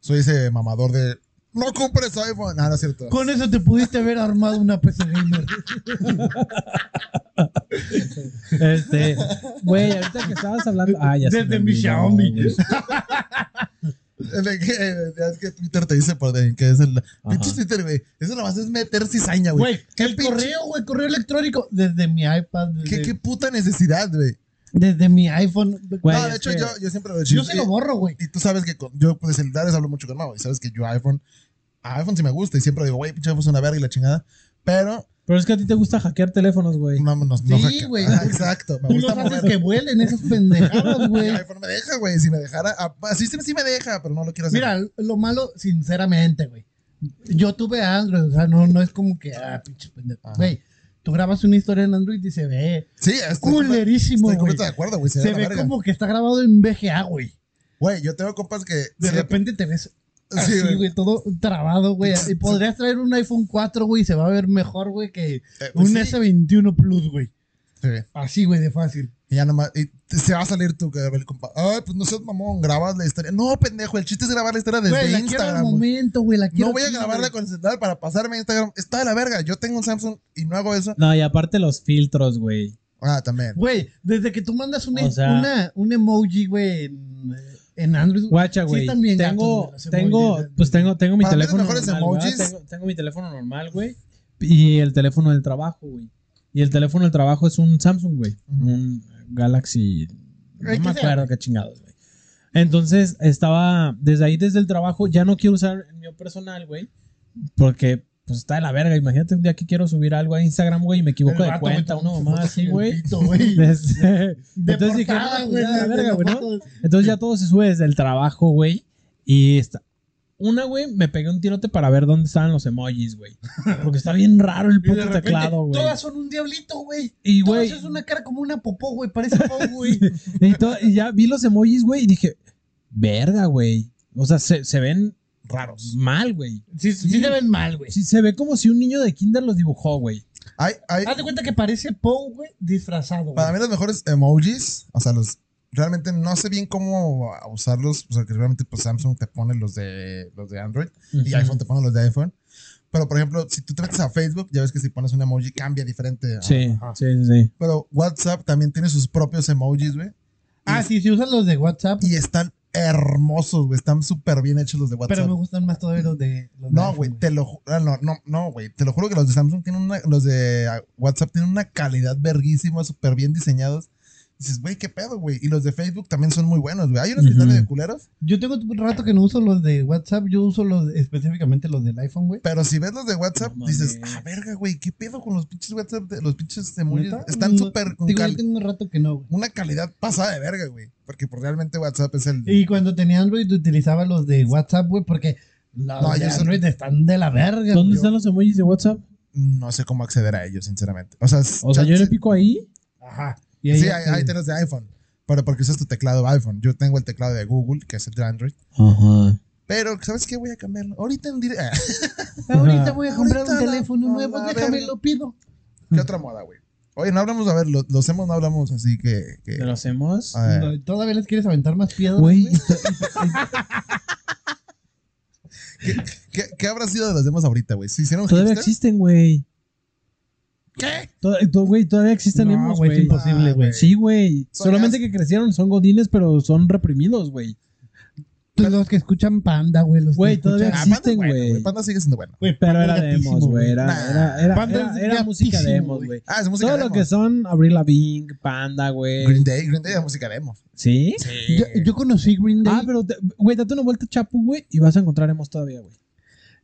B: Soy ese mamador de. No compres iPhone. Ah, no es cierto.
C: Con eso te pudiste haber armado una PC gamer.
D: Este, güey, ahorita que estabas hablando. Ah, ya se
C: Desde
D: me
C: mi
D: olvidó,
C: Xiaomi.
D: güey.
B: De que, eh, ya es que Twitter te dice por de- que es el. Pinche Twitter, güey. Eso nomás es meter cizaña, güey.
C: Güey, el correo, güey, correo electrónico. Desde mi iPad,
B: ¿Qué,
C: desde,
B: qué puta necesidad, güey?
C: desde mi iPhone.
D: Güey,
B: No, de
D: es
B: hecho,
D: que-
B: yo, yo siempre lo he
C: Yo se lo
B: Y-
C: borro, güey.
B: Y tú sabes que con- yo pues, de celulares hablo mucho con Mau. Y sabes que yo iPhone. a iPhone sí me gusta. Y siempre digo, güey, pinche iPhone es una verga y la chingada. Pero
D: Pero es que a ti te gusta hackear teléfonos, güey.
B: no nos
C: Sí, güey.
B: exacto. Me
C: Tú los
B: gusta
C: haces
B: mover.
C: que vuelen esas pendejadas,
B: Mi
C: güey.
B: iPhone me deja, güey. Si me dejara. ah, Sí, sí, sí me deja, pero no lo quiero hacer.
C: Pues Mira, lo malo, sinceramente, güey. Yo tuve Android, o sea, no, no es como que, ah, pinche pendejo.
B: Ajá. Este
C: Güey, tú grabas una historia en Android y se ve
B: sí, estoy, comple-
C: culerísimo,
B: estoy
C: güey.
B: completamente este de acuerdo, güey. Se,
C: Se
B: ve la
C: ve
B: verga.
C: como que está grabado en VGA, güey.
B: Güey, yo tengo compas que.
C: De
B: sí,
C: repente te ves
B: sí,
C: así, güey, todo trabado, güey. Y podrías traer un iPhone 4, güey, y se va a ver mejor, güey, que
B: eh,
C: un
B: sí,
C: S21 Plus, güey.
B: se ve.
C: Así, güey, de fácil.
B: Y ya nomás, y te- se va a salir tu el compa. Ay, pues no seas mamón, grabas la historia. No, pendejo, el chiste es grabar la historia desde
C: Güey, la quiero al
B: Instagram. güey.
C: momento, güey, la quiero.
B: No voy a
C: aquí,
B: grabarla
C: güey.
B: con el celular para pasarme a Instagram. Está de la verga. Yo tengo un Samsung y no hago eso.
D: No, y aparte los filtros, güey.
B: Ah, también.
C: Güey, desde que tú mandas una,
D: O sea-
C: una- un emoji, güey, en, en Android,
D: Guacha, güey.
C: también
D: tengo,
C: gatos, güey, los
D: tengo,
C: emojis.
D: pues tengo, tengo mi
B: Para mí los
D: teléfono
B: mejores
D: normal, ¿verdad?
B: emojis.
D: Tengo, tengo mi teléfono normal, güey. Y el teléfono del trabajo, güey. Y el teléfono del trabajo es un Samsung, güey.
B: Ujú.
D: Un Galaxy. No
C: Ay,
D: me
C: que sea,
D: acuerdo qué chingados, güey. Entonces estaba desde ahí, desde el trabajo. Ya no quiero usar el mío personal, güey. Porque pues está de la verga. Imagínate un día que quiero subir algo a Instagram, güey, y me equivoco
C: El
D: de
C: vato, güey,
D: cuenta,
C: tomando
D: una
C: su
D: mamá
C: foto
D: así,
C: con el
D: güey.
C: pito, güey.
D: Este,
C: De
D: Entonces dije,
C: portada,
D: "No,
C: güey,
D: ya, la
C: de
D: verga,
C: la
D: güey, ¿no?"
C: foto.
D: Entonces ya todo se sube desde el trabajo, güey. Y está. Una, güey, me pegué un tirote para ver dónde estaban los emojis, güey. Porque está bien raro el
C: Y de
D: puto
C: repente,
D: teclado, güey.
C: Todas son un diablito, güey.
D: Y,
C: Todas
D: güey,
C: es una cara como una popó, güey. Parece popó, güey.
D: y, to- y ya vi los emojis, güey, y dije, verga, güey. O sea, se, se ven
B: Raros.
D: mal, güey.
C: Sí, sí, se ven mal, güey.
D: Sí, se ve como si un niño de kinder los dibujó, güey.
B: Hay, hay,
C: Haz de cuenta que parece Poe, güey, disfrazado, güey.
B: para mí los mejores emojis, o sea, los realmente no sé bien cómo usarlos, o sea, que realmente pues Samsung te pone los de los de Android y
D: Ujú.
B: iPhone te pone los de iPhone. Pero por ejemplo, si tú te metes a Facebook, ya ves que si pones un emoji cambia diferente. a-
D: Sí,
B: ajá.
D: sí, sí, sí.
B: Pero WhatsApp también tiene sus propios emojis, güey,
C: Ah, sí, sí usan los de WhatsApp.
B: y están hermosos, güey, están súper bien hechos los de WhatsApp.
C: Pero me gustan más todavía los de. Los de
B: No,
C: iPhone,
B: güey, te lo juro. No, no, no, güey. Te lo juro que los de Samsung tienen una. Los de ah, WhatsApp tienen una calidad verguísima, súper bien diseñados. Dices, güey, qué pedo, güey. Y los de Facebook también son muy buenos, güey. Hay unos que están
D: Ujú.
B: medio culeros,
C: Yo tengo un rato que no uso los de WhatsApp. Yo uso los específicamente los del iPhone, güey.
B: pero si ves los de WhatsApp,
D: No
B: dices,
D: mames.
B: ah, verga, güey, qué pedo con los pinches WhatsApp, de- los pinches emojis.
C: ¿Neta?
B: Están
C: No,
B: súper. con
C: Digo,
B: cal-
C: yo tengo un rato que no, güey.
B: Una calidad pasada de verga, güey. Porque pues, realmente WhatsApp es el.
C: Y cuando tenía Android utilizaba los de WhatsApp, güey, porque los
B: No,
C: de
B: yo uso-
C: Android están de la verga,
D: ¿Dónde
C: güey.
D: están los emojis de WhatsApp?
B: No sé cómo acceder a ellos, sinceramente. O sea,
D: O sea, yo
B: chance-
D: le pico ahí.
C: Ajá.
D: Y ahí
B: Sí, hay, hay telas de iPhone. Pero porque usas tu teclado iPhone. Yo tengo el teclado de Google, que es el de Android.
D: Ajá.
B: Pero, ¿sabes qué? Voy a cambiarlo. Ahorita en ah, directo.
C: Ahorita voy a comprar
B: Ahorita
C: un
B: la-
C: teléfono
B: la
C: nuevo,
B: verga.
C: déjame lo pido.
B: ¿Qué otra moda, güey? Oye, no hablamos, a ver, lo- los hemos no hablamos así que. que-
D: ¿De los emos?
B: a ver.
C: No, ¿Todavía les quieres aventar más piedras?
D: Güey,
C: Eh. güey?
B: ¿Qué, qué habrá sido de los demos ahorita, güey? ¿Se hicieron
D: todavía
B: hipster?
D: existen, güey.
B: ¿Qué?
D: Toda- to- Güey, todavía existen
C: No,
D: emos,
C: güey, es
D: güey.
C: imposible, güey.
D: Sí, güey.
B: Son
D: Solamente que crecieron, son godines, pero son reprimidos, güey.
C: Todos Los que escuchan Panda, güey. los que
D: Güey,
C: escuchan-
D: todavía-
B: Ah, Panda,
D: existen,
B: es bueno,
D: güey.
B: güey. Panda sigue siendo bueno.
C: Güey,
D: Pero
C: Panda
D: era
C: es
D: de
C: gatísimo,
D: emos, güey. Era,
B: Nah.
D: era, era,
C: Panda
D: era-
C: es
D: era música de
C: gatísimo,
D: emos, güey.
B: Ah, es música
D: Todo
B: de
D: lo
B: emo.
D: que son Avril Lavigne, Panda, güey.
B: Green Day, Green Day es música de emo.
D: ¿Sí?
B: Sí.
C: Yo, yo conocí Green Day.
D: Ah, pero, te- güey, date una vuelta, Chapu, güey, y vas a encontrar emos todavía, güey.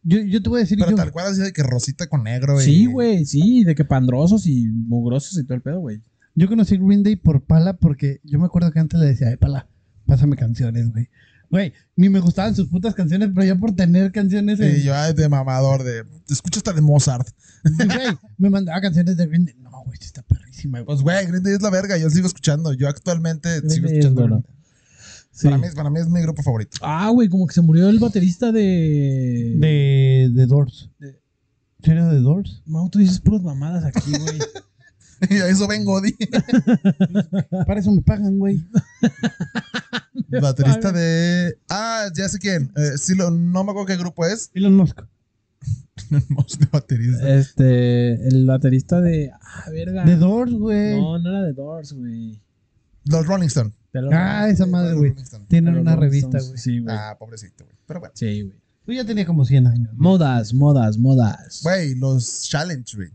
C: yo, yo te voy a decir,
B: Pero
C: yo,
B: tal cual así de que rosita con negro. y-
D: Sí, güey, sí, de que pandrosos y mugrosos y todo el pedo, güey.
C: yo conocí Green Day por Pala porque yo me acuerdo que antes le decía, eh, Pala, pásame canciones, güey. Güey, ni me gustaban sus putas canciones, pero yo por tener canciones. eh,
B: Y yo ay, de mamador, de. Te escucho hasta de Mozart.
C: güey, me mandaba canciones de Green Day. No, güey, esta está perrísima, güey.
B: Pues, güey, Green Day es la verga. Yo sigo escuchando. Yo actualmente sigo
D: Es
B: escuchando.
D: bueno. Sí.
B: Para, mí, para mí es mi grupo favorito.
D: Ah, güey, como que se murió el baterista de.
C: De, de Doors. ¿Sí era de Doors?
D: Mau, tú dices puras mamadas aquí, güey.
B: Y a eso vengo, di.
C: Para eso me pagan, güey.
B: Baterista de. Ah, ya sé quién. Eh, sí, lo- no me acuerdo qué grupo es.
C: Elon Musk.
B: El mouse de baterista.
D: este. El baterista de. Ah, verga.
C: De Doors, güey.
D: No, no era de Doors, güey.
B: Los Rolling Stone.
D: De los-
C: ah, esa madre,
B: Los
C: güey.
B: Rolling Stone.
C: Tienen
D: de los
C: una
D: Rolling
C: revista,
D: Stones.
C: güey.
D: Sí, güey.
B: Ah, pobrecito, güey. Pero bueno.
D: Sí, güey.
C: Tú ya tenía como 100 años.
D: Modas, modas, modas.
B: Güey, los Challenge, güey.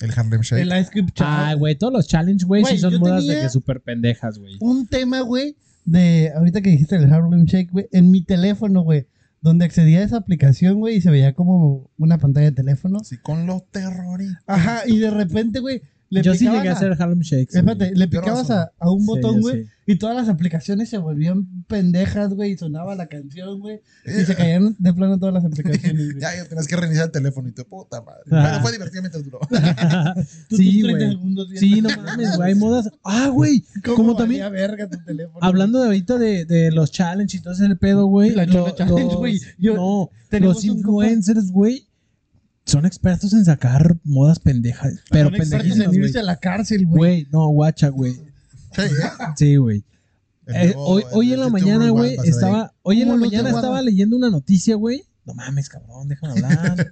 B: El Harlem Shake.
C: El Ice Cube
D: Ah,
C: Challenge.
D: güey, todos los challenge, güey, sí
C: Güey,
D: son
C: yo
D: modas de
C: tenía-
D: que súper pendejas, güey.
C: Un tema, güey, de ahorita que dijiste el Harlem Shake, güey, en mi teléfono, güey. Donde accedía a esa aplicación, güey, y se veía como una pantalla de teléfono.
B: Sí, con los terroristas.
C: Ajá, y de repente, güey, le
D: Yo sí
C: picaban
D: llegué a
C: a-
D: hacer Harlem Shakes.
C: Espérate, le
B: Yo
C: picabas
B: razón.
C: a, a un botón, güey,
D: Sí,
C: y todas las aplicaciones se volvían pendejas, güey, y sonaba la canción, güey, y se
B: Eh,
C: caían de plano todas las aplicaciones, güey.
B: Ya, ya tenías que reiniciar el teléfono y tu puta madre.
D: Ah.
B: Pero fue divertido mientras duró.
C: Tú-
D: Sí,
C: tú 30
D: güey.
C: segundos viendo
D: Sí, no mames, güey, hay modas. Ah, güey, como
C: valía
D: también
C: verga tu teléfono.
D: hablando de ahorita de, de los challenge y todo ese pedo, güey.
C: La
D: lo-
C: Chona Challenge,
D: los-
C: güey. Yo-
D: No,
C: tenemos
D: los
C: un compa-
D: influencers, güey, son expertos en sacar modas pendejas, pero
C: Ah, Son expertos
D: pendejitas,
C: en
D: güey.
C: irse a la cárcel, güey.
D: Güey, no, guacha, güey.
B: Sí, ¿eh?
D: Sí, güey.
B: El
D: Eh,
B: nuevo-
D: hoy,
B: el
D: hoy en la
B: youtuber
D: mañana,
B: Juan
D: güey,
B: Pasada de-
D: estaba. Hoy en la
C: ¿Cómo lo
D: mañana
C: tengo,
D: estaba
C: Adam?
D: leyendo una noticia, güey. No mames, cabrón, déjame hablar.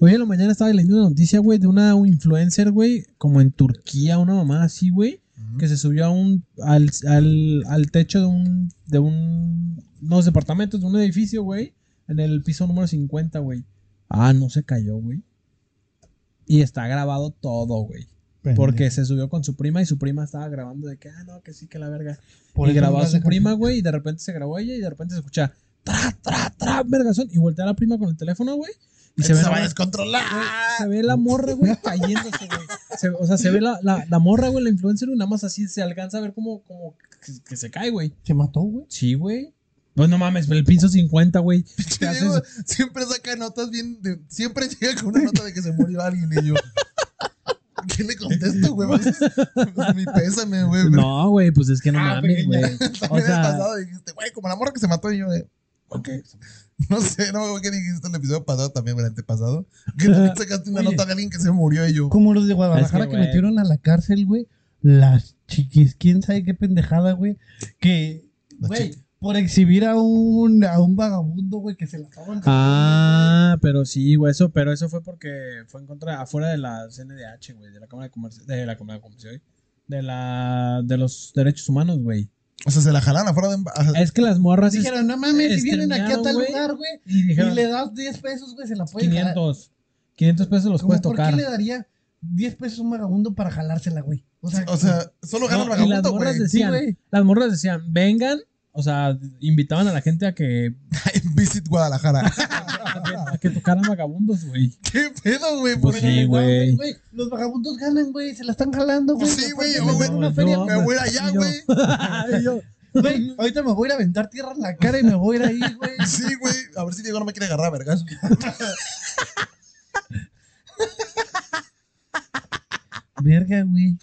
D: hoy en la mañana estaba leyendo una noticia, güey, de una influencer, güey, como en Turquía, una mamá así, güey,
B: Ujú.
D: que se subió a un, al, al, al techo de un, de un, unos departamentos, de un edificio, güey, en el piso número 50, güey. Ah, no se cayó, güey. Y está grabado todo, güey. Porque se subió con su prima y su prima estaba grabando de que, ah, no, que sí, que la verga.
C: Por
D: y
C: eso
D: grabó
C: no
D: a
C: las
D: su
C: dejan-
D: prima, güey, y de repente se grabó ella y de repente se escucha, tra, tra, tra, vergazón. Y voltea a la prima con el teléfono, güey. Y se ve,
B: se va a
D: la, se
C: Ah.
B: descontrolar.
D: ve la morra, güey, cayéndose, güey. Se- o sea, se ve la, la, la morra, güey, la influencer, y nada más así se alcanza a ver como, como que, que se cae, güey.
C: Se mató, güey.
D: Sí, güey. Pues no mames, el pinzo 50, güey. ¿Qué haces?
B: Diego siempre saca notas bien. de- siempre llega con una nota de que se murió alguien y yo. ¿Qué le contesto, güey? Pues, pues, mi pésame, güey. No,
D: No, güey, pues es que no
C: Ah,
D: mames,
C: pequeña.
D: güey. O
B: También el
D: sea,
B: pasado dijiste, güey, como la morra que se mató y yo de. Ok. No sé, no me acuerdo qué dijiste en el episodio pasado también, el antepasado. Que también sacaste una
C: Oye.
B: nota de alguien que se murió y yo.
C: Como los de Guadalajara
D: Es que,
C: que,
D: güey.
C: metieron a la cárcel, güey. Las chiquis, quién sabe qué pendejada, güey. Que,
B: Las
C: güey,
B: chiquis.
C: por exhibir a un, a un vagabundo, güey, que se la estaban.
D: Ah, pero sí, güey, eso, pero eso fue porque fue en contra, afuera de la CNDH, güey, de la Cámara de Comercio, de la Cámara de Comercio, güey, de la, de los derechos humanos, güey.
B: O sea, se la jalaron afuera de. ajá.
D: Es que las morras es-
C: Dijeron, no mames, si vienen aquí a
D: Exterminaron,
C: tal
D: güey.
C: lugar, güey,
D: y dijeron
C: y le das 10 pesos, güey, se la pueden jalar.
D: 500, 500 pesos los
C: Como,
D: puedes
C: ¿Por
D: tocar.
C: qué le daría 10 pesos a un vagabundo para jalársela, güey? O sea,
B: O sea, solo
D: No,
B: gana el
D: y las
B: vagabundo,
D: morras
B: güey.
D: decían,
C: güey.
D: las morras decían, vengan, o sea, invitaban a la gente a que,
B: Visit Guadalajara.
D: a que, a que tocaran vagabundos, güey.
B: ¿Qué pedo, güey?
D: Pues
B: Por
D: sí,
C: no,
D: güey.
C: Los vagabundos ganan, güey, se la están jalando, güey.
B: Pues sí, güey,
C: Aparte,
B: yo,
C: les dan una
D: no,
C: feria,
D: no.
B: Me voy a ir allá,
D: Yo.
B: güey.
D: Y yo,
C: güey. Ahorita me voy a ir a aventar tierra en la cara y me voy a ir ahí, güey.
B: Sí, güey. A ver si Diego no me quiere agarrar, vergas.
C: Verga, güey.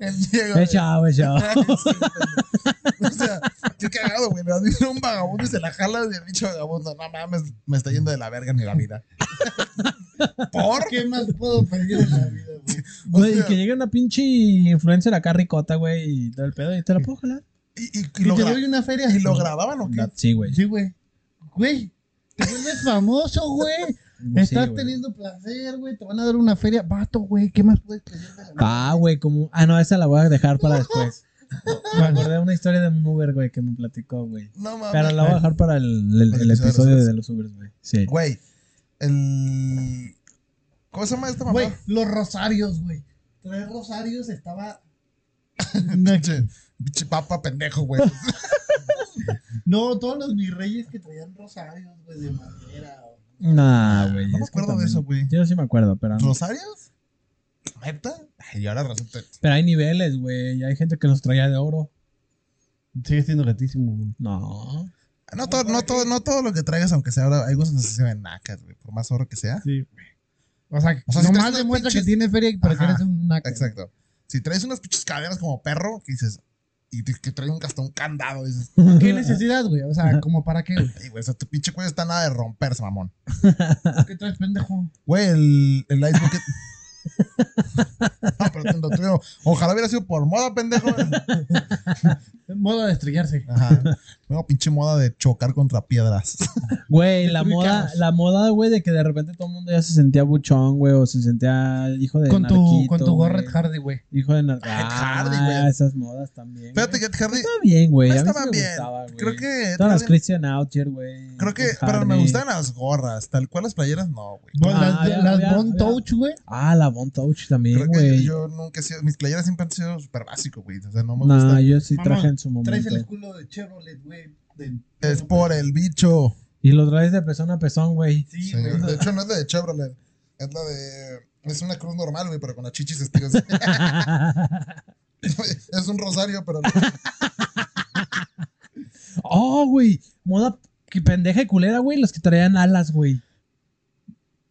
B: El Diego.
D: "Eh, chao, eh, chao".
B: Ay, sí, pendejo. o sea, qué cagado, güey. Le das dinero a un vagabundo y se la jala del bicho vagabundo. No mames, me está yendo de la verga en mi vida. ¿Por
C: ¿Qué más puedo pedir en la vida, güey?
B: O
D: Güey, y
B: sea,
D: que llegue una pinche influencer acá ricota, güey, y todo el pedo, y te la puedo jalar.
B: y, y- y
C: Y
B: lo
C: te
B: gra-
C: doy una feria.
B: y lo grababan o qué?
D: Sí, güey.
C: Sí, güey. Güey, te vuelves famoso, güey.
D: Sí,
C: Estás
D: güey.
C: teniendo placer, güey. Te van a dar una feria. Vato, güey, ¿qué más puedes pedir? de la vida?
D: Ah, güey, como. Ah, no, esa la voy a dejar para después. Me acordé de una historia de un Uber, güey, que me platicó, güey.
B: No
D: Pero
B: mames.
D: la voy a dejar para el, el-
B: Para
D: el
B: el episodio de
D: episodio
B: los
D: de los Ubers, güey. Sí.
B: Güey, el. ¿Cómo se llama esta mamá?
C: Güey, los rosarios, güey. Tres rosarios estaba.
B: Pinche- Pinche papa pendejo, güey.
C: No, todos los mis reyes que traían rosarios, güey, de madera. o-
D: Nah, güey.
B: No me
D: es que
B: acuerdo de
D: también-
B: eso, güey.
D: Yo sí me acuerdo, pero.
B: ¿Rosarios? ¿Neta? Ay, y ahora resulta.
D: Pero hay niveles, güey. Hay gente que los traía de oro.
C: Sigue siendo gatísimo, güey.
D: No.
B: No todo, no, todo, no todo lo que traigas, aunque sea ahora, hay gustos que se ven nacas, güey, por más oro que sea.
C: Sí, O sea,
B: O sea, si traes
C: nomás
B: una
C: demuestra
B: pinche-
C: que tienes feria y para que
B: Ajá,
C: eres un naco.
B: Exacto. Si traes unas pinches cadenas como perro, que dices, y te- que traes un hasta un candado, dices,
C: ¿Qué necesidad, güey? O sea, ¿como para qué, güey?
B: "Ey, güey, o sea, tu pinche cuello está nada de romperse, mamón.
C: ¿Qué traes, pendejo?
B: Güey, el, el Ice Bucket. no, pero te lo tuyo, Ojalá hubiera sido por moda, pendejo.
C: Modo de estrellarse.
B: Ajá. Luego pinche moda de chocar contra piedras.
D: Güey, la
C: Destruir
D: moda,
C: carros.
D: la moda, güey, de que de repente todo el mundo ya se sentía buchón, güey, o se sentía hijo de
C: Con tu,
D: narquito,
C: con tu gorra
D: güey.
C: Hardy, güey.
D: Hijo de nar-
B: Ah, Ed
D: Ah,
B: Hardy, güey.
D: esas modas también.
B: Fíjate
D: güey.
B: que Ed Hardy
D: Estaba bien, güey. a mí sí
B: estaban
D: me
B: bien.
D: gustaba, güey.
B: Creo que. Ed
D: Todas las
B: Hardy-
D: Christian Outcher, güey.
B: Creo que.
D: Ed
B: Pero me
D: Hardy.
B: gustaban las gorras. Tal cual las playeras, no, güey.
C: Bueno,
D: Ah,
C: las
D: había-
C: las
D: había-
C: Bon
D: había-
C: Touch, güey.
D: Ah, la Bon Touch también,
B: Creo que
D: güey.
B: yo nunca he sido. Mis playeras siempre han sido súper básicos, güey. O sea, no me
D: No,
B: gustan.
D: yo sí traje
F: Mamón,
D: en su momento.
F: Traes el escudo de Chevrolet, güey. del-
B: Es por el bicho.
D: Y lo traes de pezón a pezón, güey.
F: Sí,
B: Sí,
F: güey.
B: de hecho, no es la de Chevrolet. Es la de. Es una cruz normal, güey, pero con las chichis estiradas. es un rosario, pero.
D: oh, güey. Moda que pendeja y culera, güey. Los que traían alas, güey.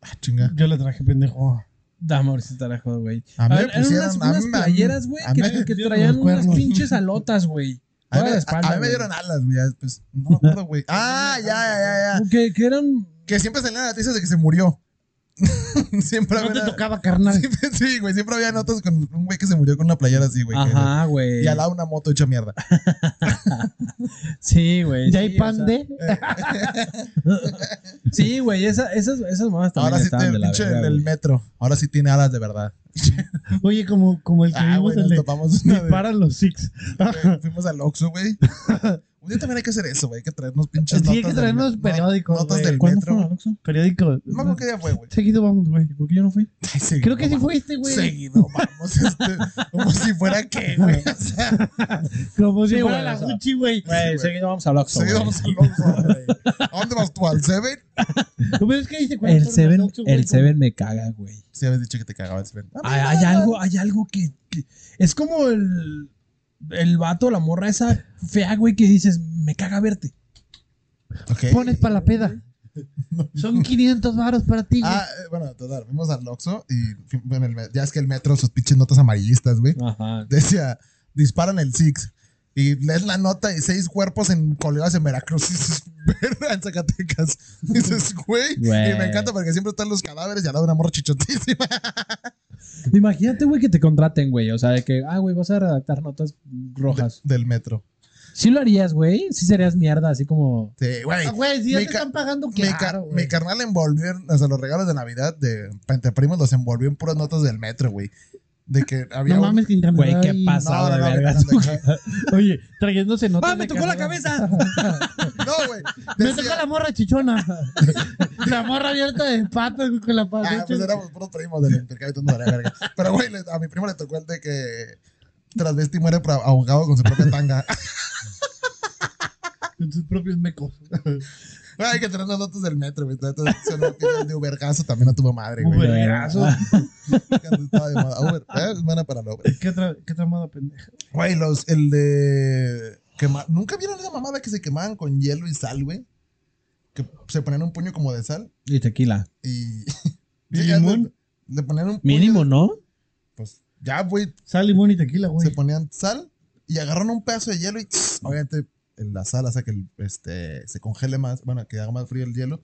B: Ah, chinga.
C: Yo la traje, pendejo.
D: Dame, Mauricio Tarajo, güey.
B: A mí
D: Ah,
B: me
D: eran
B: pusieron.
D: unas,
B: a mí
D: unas
B: me- a mí-
D: playeras, güey,
B: a mí-
D: que, que
C: Dios, los
D: traían unas
C: cuernos.
D: pinches alotas, güey.
B: A mí,
D: Toda la
B: me-
D: espalda,
B: a mí me
D: güey.
B: dieron alas, güey. ya después. no me acuerdo, güey. Ah, ya, ya, ya, ya.
D: Que, que eran...
B: Que siempre salían las noticias de que se murió. siempre
C: No te
B: había-
C: tocaba, carnal.
B: Siempre- sí, güey. Siempre había notas con un güey que se murió con una playera así, güey. que-
D: Ajá, güey.
B: Y al lado una moto hecha mierda.
D: Sí, güey.
C: Ya
D: sí,
C: hay
D: o
C: pan
D: sea,
C: de.
D: Sí, güey. Esa, esas, esas modas también
B: Ahora sí
D: estaban
B: tiene
D: de
B: el
D: la
B: pinche
D: verga,
B: del
D: güey.
B: metro. Ahora sí tiene alas de verdad.
C: Oye, como, como el que
B: Ah,
C: vimos,
B: güey, nos
C: el de.
B: topamos una vez.
C: Disparan los Six.
B: Güey, Fuimos al Oxxo, güey. Un día también hay que hacer eso, güey. Hay que traernos pinches
C: Sí, hay que
B: notas del
C: traernos
B: met-
C: periódicos,
B: Notas
C: güey.
B: del
D: ¿Cuándo
B: metro.
D: fue
B: güey.
D: el Oxxo?
C: Periódico.
B: No me acuerdo qué día fue, güey.
C: Seguido vamos, güey.
D: ¿Y por qué yo no fui?
B: Ay, sí,
C: Creo que
B: no
C: sí
B: mames.
C: fue este, güey.
B: Seguido, vamos. este, como si fuera qué, güey. O sea,
C: Como si
D: Sí,
C: fuera
D: güey,
C: la
D: o sea.
C: Gucci, güey.
D: Güey, seguido vamos al Oxxo,
B: seguido
D: güey.
B: vamos al Oxxo, güey. ¿A dónde vas tú? ¿Al Seven?
C: ¿Tú ves que dice
D: El Seven, el Seven me caga, güey.
B: Sí, habías dicho que te cagaba el Seven.
D: Hay, hay algo, hay algo que, que- es como el el vato, la morra esa fea, güey, que dices, me caga verte.
B: Ok.
C: Pones para la peda. Son 500 varos para ti, güey.
B: Ah, eh, bueno, total. Fuimos al Oxxo y fui- bueno, el me- ya es que el metro, sus pinches notas amarillistas, güey.
D: Ajá.
B: Decía, disparan el Six. Y lees la nota y seis cuerpos en colgados en Veracruz. Y dices, verga, en Zacatecas. Dices, güey. Y
D: Güey.
B: me encanta porque siempre están los cadáveres y al lado una morra chichotísima.
D: Imagínate, güey, que te contraten, güey. O sea, de que, ah, güey, vas a redactar notas rojas.
B: Del metro.
D: Sí lo harías, güey. Sí serías mierda, así como.
B: Sí, güey.
C: Ah, Güey, si ya
B: mi
C: te
B: ca-
C: están pagando,
B: Mi, car-
C: claro,
B: mi
C: güey.
B: carnal envolvió, en- o sea, los regalos de Navidad de Entre Primos los envolvió en puras notas del metro, güey. De que había
C: No
B: un-
C: mames, que
D: Güey,
C: internet.
D: qué pasado
B: no,
D: de
B: no,
D: verga.
B: no,
D: tú.
C: Oye, trayéndose notas.
D: ¡Ah,
C: de
D: me tocó la
C: Canadá.
D: cabeza!
B: No, güey.
C: Me
B: Decía-
C: tocó la morra chichona. la morra abierta de patas güey, con la
B: Ah,
C: pata.
B: pues éramos puros primos del intercambio, entonces no valía verga. Pero, güey, le- a mi primo le tocó el de que Transvesti muere por ahogado con su propia tanga.
C: con sus propios mecos.
B: Güey, Hay que tener las notas del metro, güey. Entonces, se lo piden de Ubergazo también a tu madre, güey.
C: Vergazo.
B: Cuando estaba de moda. Uber, eh, es buena para la Uber.
C: ¿Qué otra, qué otra moda pendeja?
B: Güey, los, el de. quema- ¿Nunca vieron esa mamada que se quemaban con hielo y sal, güey? Que se ponían un puño como de sal
D: Y tequila.
B: y.
C: ¿Y
B: Sí, ya,
C: limón?
B: Le, le ponían un puño
D: Mínimo,
B: de-
D: ¿no?
B: Pues ya, güey,
C: Sal, limón y tequila, güey.
B: se ponían sal y agarran un pedazo de hielo y obviamente en la sal hace que el, este, se congele más, bueno, que haga más frío el hielo.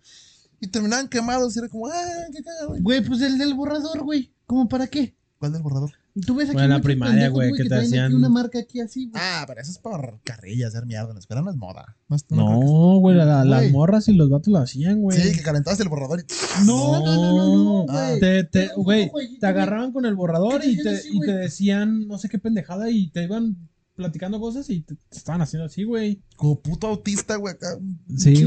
B: Y terminaban quemados y era como, ah, qué cagado, güey.
C: Güey, pues el del borrador, güey. ¿Cómo para qué?
B: ¿Cuál del borrador?
C: Tú ves aquí
D: Bueno, en la
C: muchos
D: primaria,
C: pendejos,
D: güey, que te
C: traen aquí
D: hacían-
C: una marca aquí así, güey.
B: Ah, pero eso es por carrilla, hacer mierda en la escuela, no es moda. No, es- no creo
D: No, güey, la- la- las
B: Güey.
D: morras y los vatos lo hacían,
B: que-
D: güey.
B: Sí, que calentabas el borrador y
C: No, no, no, no, no,
D: Ah.
C: güey.
D: Te, te-
C: Era un
D: güey,
C: puto jueguito,
D: te
C: güey.
D: agarraban con el borrador
C: ¿Qué te
D: y
C: hacían
D: te,
C: así,
D: y te
C: güey?
D: decían no sé qué pendejada y te iban platicando cosas y te, te estaban haciendo así, güey.
B: como puto autista, güey, acá.
D: Sí,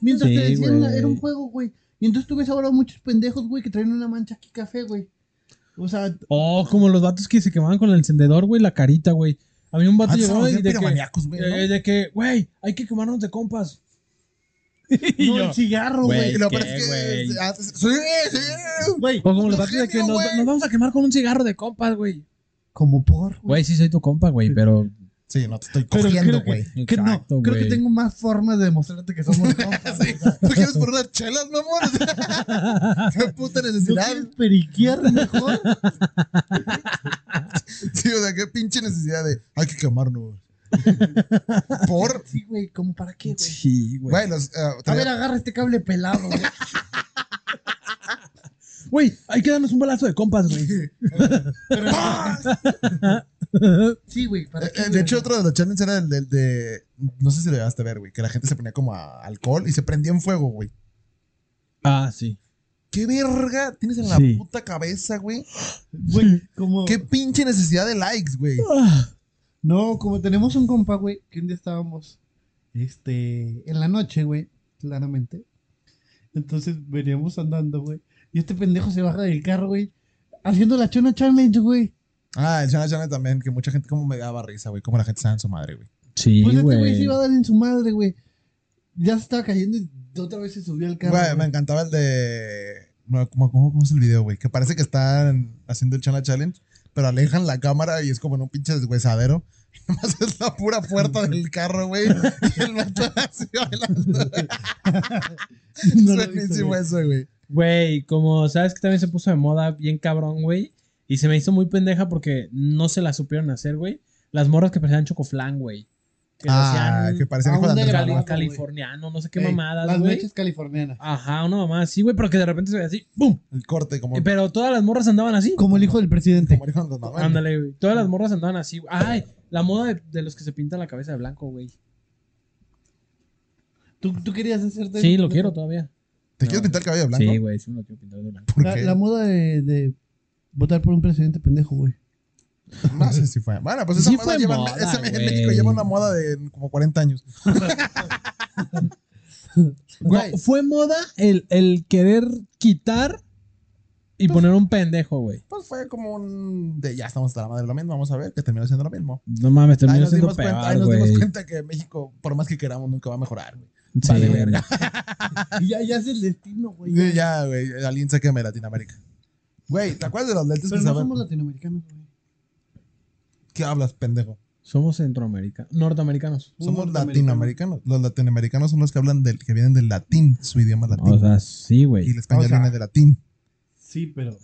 C: Mientras
D: Sí,
C: te decían,
D: güey.
C: era un juego, güey. Y entonces tú ves ahora muchos pendejos, güey, que traen una mancha aquí café, güey. O sea,
D: Oh, como los vatos que se quemaban con el encendedor, güey, la carita, güey. A mí un vato
B: Antes
D: llegó
B: éramos
D: y
B: bien
D: de que,
B: piromaniacos, güey. ¿no?
D: eh, de que, güey, hay que quemarnos de compas. Y
C: no
D: yo,
C: el cigarro,
D: Güey.
C: güey.
B: Y lo
D: ¿qué,
B: peor es que
D: güey?
B: antes- sí, sí.
C: Güey,
D: o como los
B: Los
D: vatos de que
B: genios,
D: nos,
B: güey.
D: nos vamos a quemar con un cigarro de compas, güey.
C: como por, güey.
D: Güey, sí soy tu compa, güey, pero
B: Sí, no te estoy
G: Pero creo
B: cogiendo,
G: que-
B: güey.
G: Que no,
D: Exacto,
G: creo que
D: güey.
G: tengo más formas de demostrarte que somos compas.
B: Sí, ¿Tú quieres por unas chelas, mamón? O sea, Qué puta
C: ¿No
B: necesidad.
C: quieres periquear mejor?
B: Sí, o sea, qué pinche necesidad de hay que quemarnos. por.
G: Sí, güey, ¿cómo para qué, güey?
D: Sí, güey.
B: Güey, los. eh,
G: A
B: traía-
G: ver, agarra este cable pelado, güey.
D: Güey, hay que darnos un balazo de compas, güey.
B: ¡Pah!
G: Sí, güey, para
B: Eh,
G: qué,
B: eh, de
G: güey?
B: hecho, otro de los challenges era el del de. No sé si lo llegaste a ver, güey. Que la gente se ponía como a alcohol y se prendía en fuego, güey.
D: Ah, sí.
B: ¿Qué verga tienes en la
D: Sí.
B: puta cabeza, güey?
C: Güey, como...
B: ¿Qué pinche necesidad de likes, güey?
D: Ah,
C: No, como tenemos un compa, güey, que un día estábamos, este, en la noche, güey, claramente. Entonces veníamos andando, güey. Y este pendejo se baja del carro, güey, haciendo la chona challenge, güey.
B: Ah, el Shana Shana también, que mucha gente como me daba risa, güey. Como la gente se da en su madre, güey.
D: Sí,
C: Pues este güey
D: güey.
C: se iba a dar en su madre, güey. Ya se estaba cayendo y otra vez se subió al carro.
B: Güey, me
C: güey.
B: encantaba el de. no, ¿Cómo, cómo, cómo es el video, güey? Que parece que están haciendo el Chana Challenge, pero alejan la cámara y es como en un pinche deshuesadero. Nomás es la pura puerta del carro, güey. Y el vato así bailando.
C: No lo he visto,
B: Buenísimo
C: güey.
B: eso, güey.
D: Güey, como sabes que también se puso de moda bien cabrón, güey. Y se me hizo muy pendeja porque no se la supieron hacer, güey. Las morras que parecían chocoflan, güey. Que lo
B: Ah,
D: hacían
B: que parecía
C: a
B: hijo de
C: un
B: Andrés
C: degrado.
B: Manuel.
D: cali-
C: güey.
D: californiano, no sé qué
C: Ey,
D: mamadas,
C: Las
D: güey.
C: noches californianas.
D: Ajá, una mamá así, güey, pero que de repente se ve así, ¡pum!
B: El corte, como.
D: Eh, Pero todas las morras andaban así.
C: Como el hijo del presidente.
B: como hijo de Andrés Manuel.
D: Ándale, güey. Todas las morras andaban así. güey. Ay, la moda de, de los que se pintan la cabeza de blanco, güey.
C: ¿Tú, tú querías hacerte...
D: Sí, lo quiero todavía.
B: ¿Te quieres pintar el cabello de blanco?
D: Sí, güey, sí me lo quiero pintar de blanco.
B: ¿Por
C: La,
B: qué?
C: la moda de, de votar por un presidente pendejo, güey.
B: No sé si fue. Bueno, pues esa
D: Sí
B: moda
D: fue
B: lleva.
D: moda,
B: esa en
D: güey.
B: México lleva una moda de como 40 años. Güey.
D: No, fue moda el, el querer quitar y poner un pendejo, güey.
B: Pues fue como un. De ya estamos hasta la madre de lo mismo, vamos a ver, que terminó siendo lo mismo.
D: No mames,
B: Ahí
D: terminó
B: nos,
D: siendo
B: dimos cuenta, ahí
D: peor,
B: nos
D: güey.
B: dimos cuenta que México, por más que queramos, nunca va a mejorar, güey.
D: Sí,
B: Vale,
D: güey.
B: verga.
C: Y ya, ya es el destino, güey.
B: Sí, Ya, güey, alguien sáqueme de Latinoamérica. Güey, ¿te acuerdas de los lentes
C: Pero
B: que
C: no
B: saben?
C: somos latinoamericanos, güey.
B: ¿Qué hablas, pendejo?
D: Somos centroamericanos, norteamericanos.
B: Somos latinoamericanos. Los latinoamericanos son los que hablan del, que vienen del latín, su idioma es latín.
D: O sea, sí,
B: y
D: güey.
B: el español
C: o sea,
B: viene del latín.
C: Sí, pero.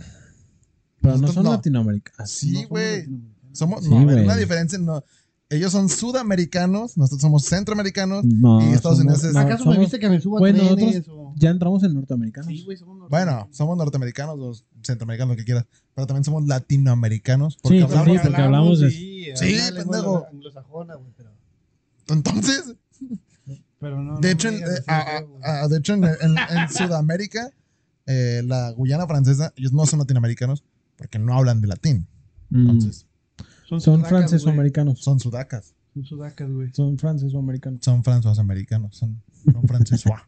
D: Pero no
B: nosotros
D: son ah,
B: no.
D: latinoamericanos.
B: Sí, güey. Somos,
D: Sí,
B: no, a ver,
D: güey.
B: una diferencia, no. Ellos son sudamericanos, nosotros somos centroamericanos.
D: No,
B: Y Estados
D: somos-
B: Unidos es-
D: no,
C: ¿Acaso me
D: somos-
C: viste que me subo a
D: Bueno,
C: trenes o-
D: Ya entramos en norteamericanos.
C: Sí, güey, somos
B: Bueno,
C: norteamericanos.
B: somos norteamericanos o centroamericanos, lo que quieras. Pero también somos latinoamericanos.
D: Sí,
B: Porque
D: pues
B: hablamos.
D: sí, porque hablamos de-
C: Sí,
B: Sí,
C: una lengua
B: pendejo.
C: Anglosajona, güey, pero.
B: Entonces,
C: Pero no.
B: de,
C: no
B: hecho,
C: me
B: en-
C: digas
B: eh,
C: así,
B: a-
C: güey.
B: a- a- de hecho, en, en- en Sudamérica, eh, la Guyana francesa, ellos no son latinoamericanos porque no hablan de latín.
D: Mm.
B: Entonces,
D: Son
C: sudacas, güey.
D: francesoamericanos.
B: son sudacas,
C: Son sudacas, güey.
D: Son francesoamericanos.
B: son francesoamericanos, son, son francesois.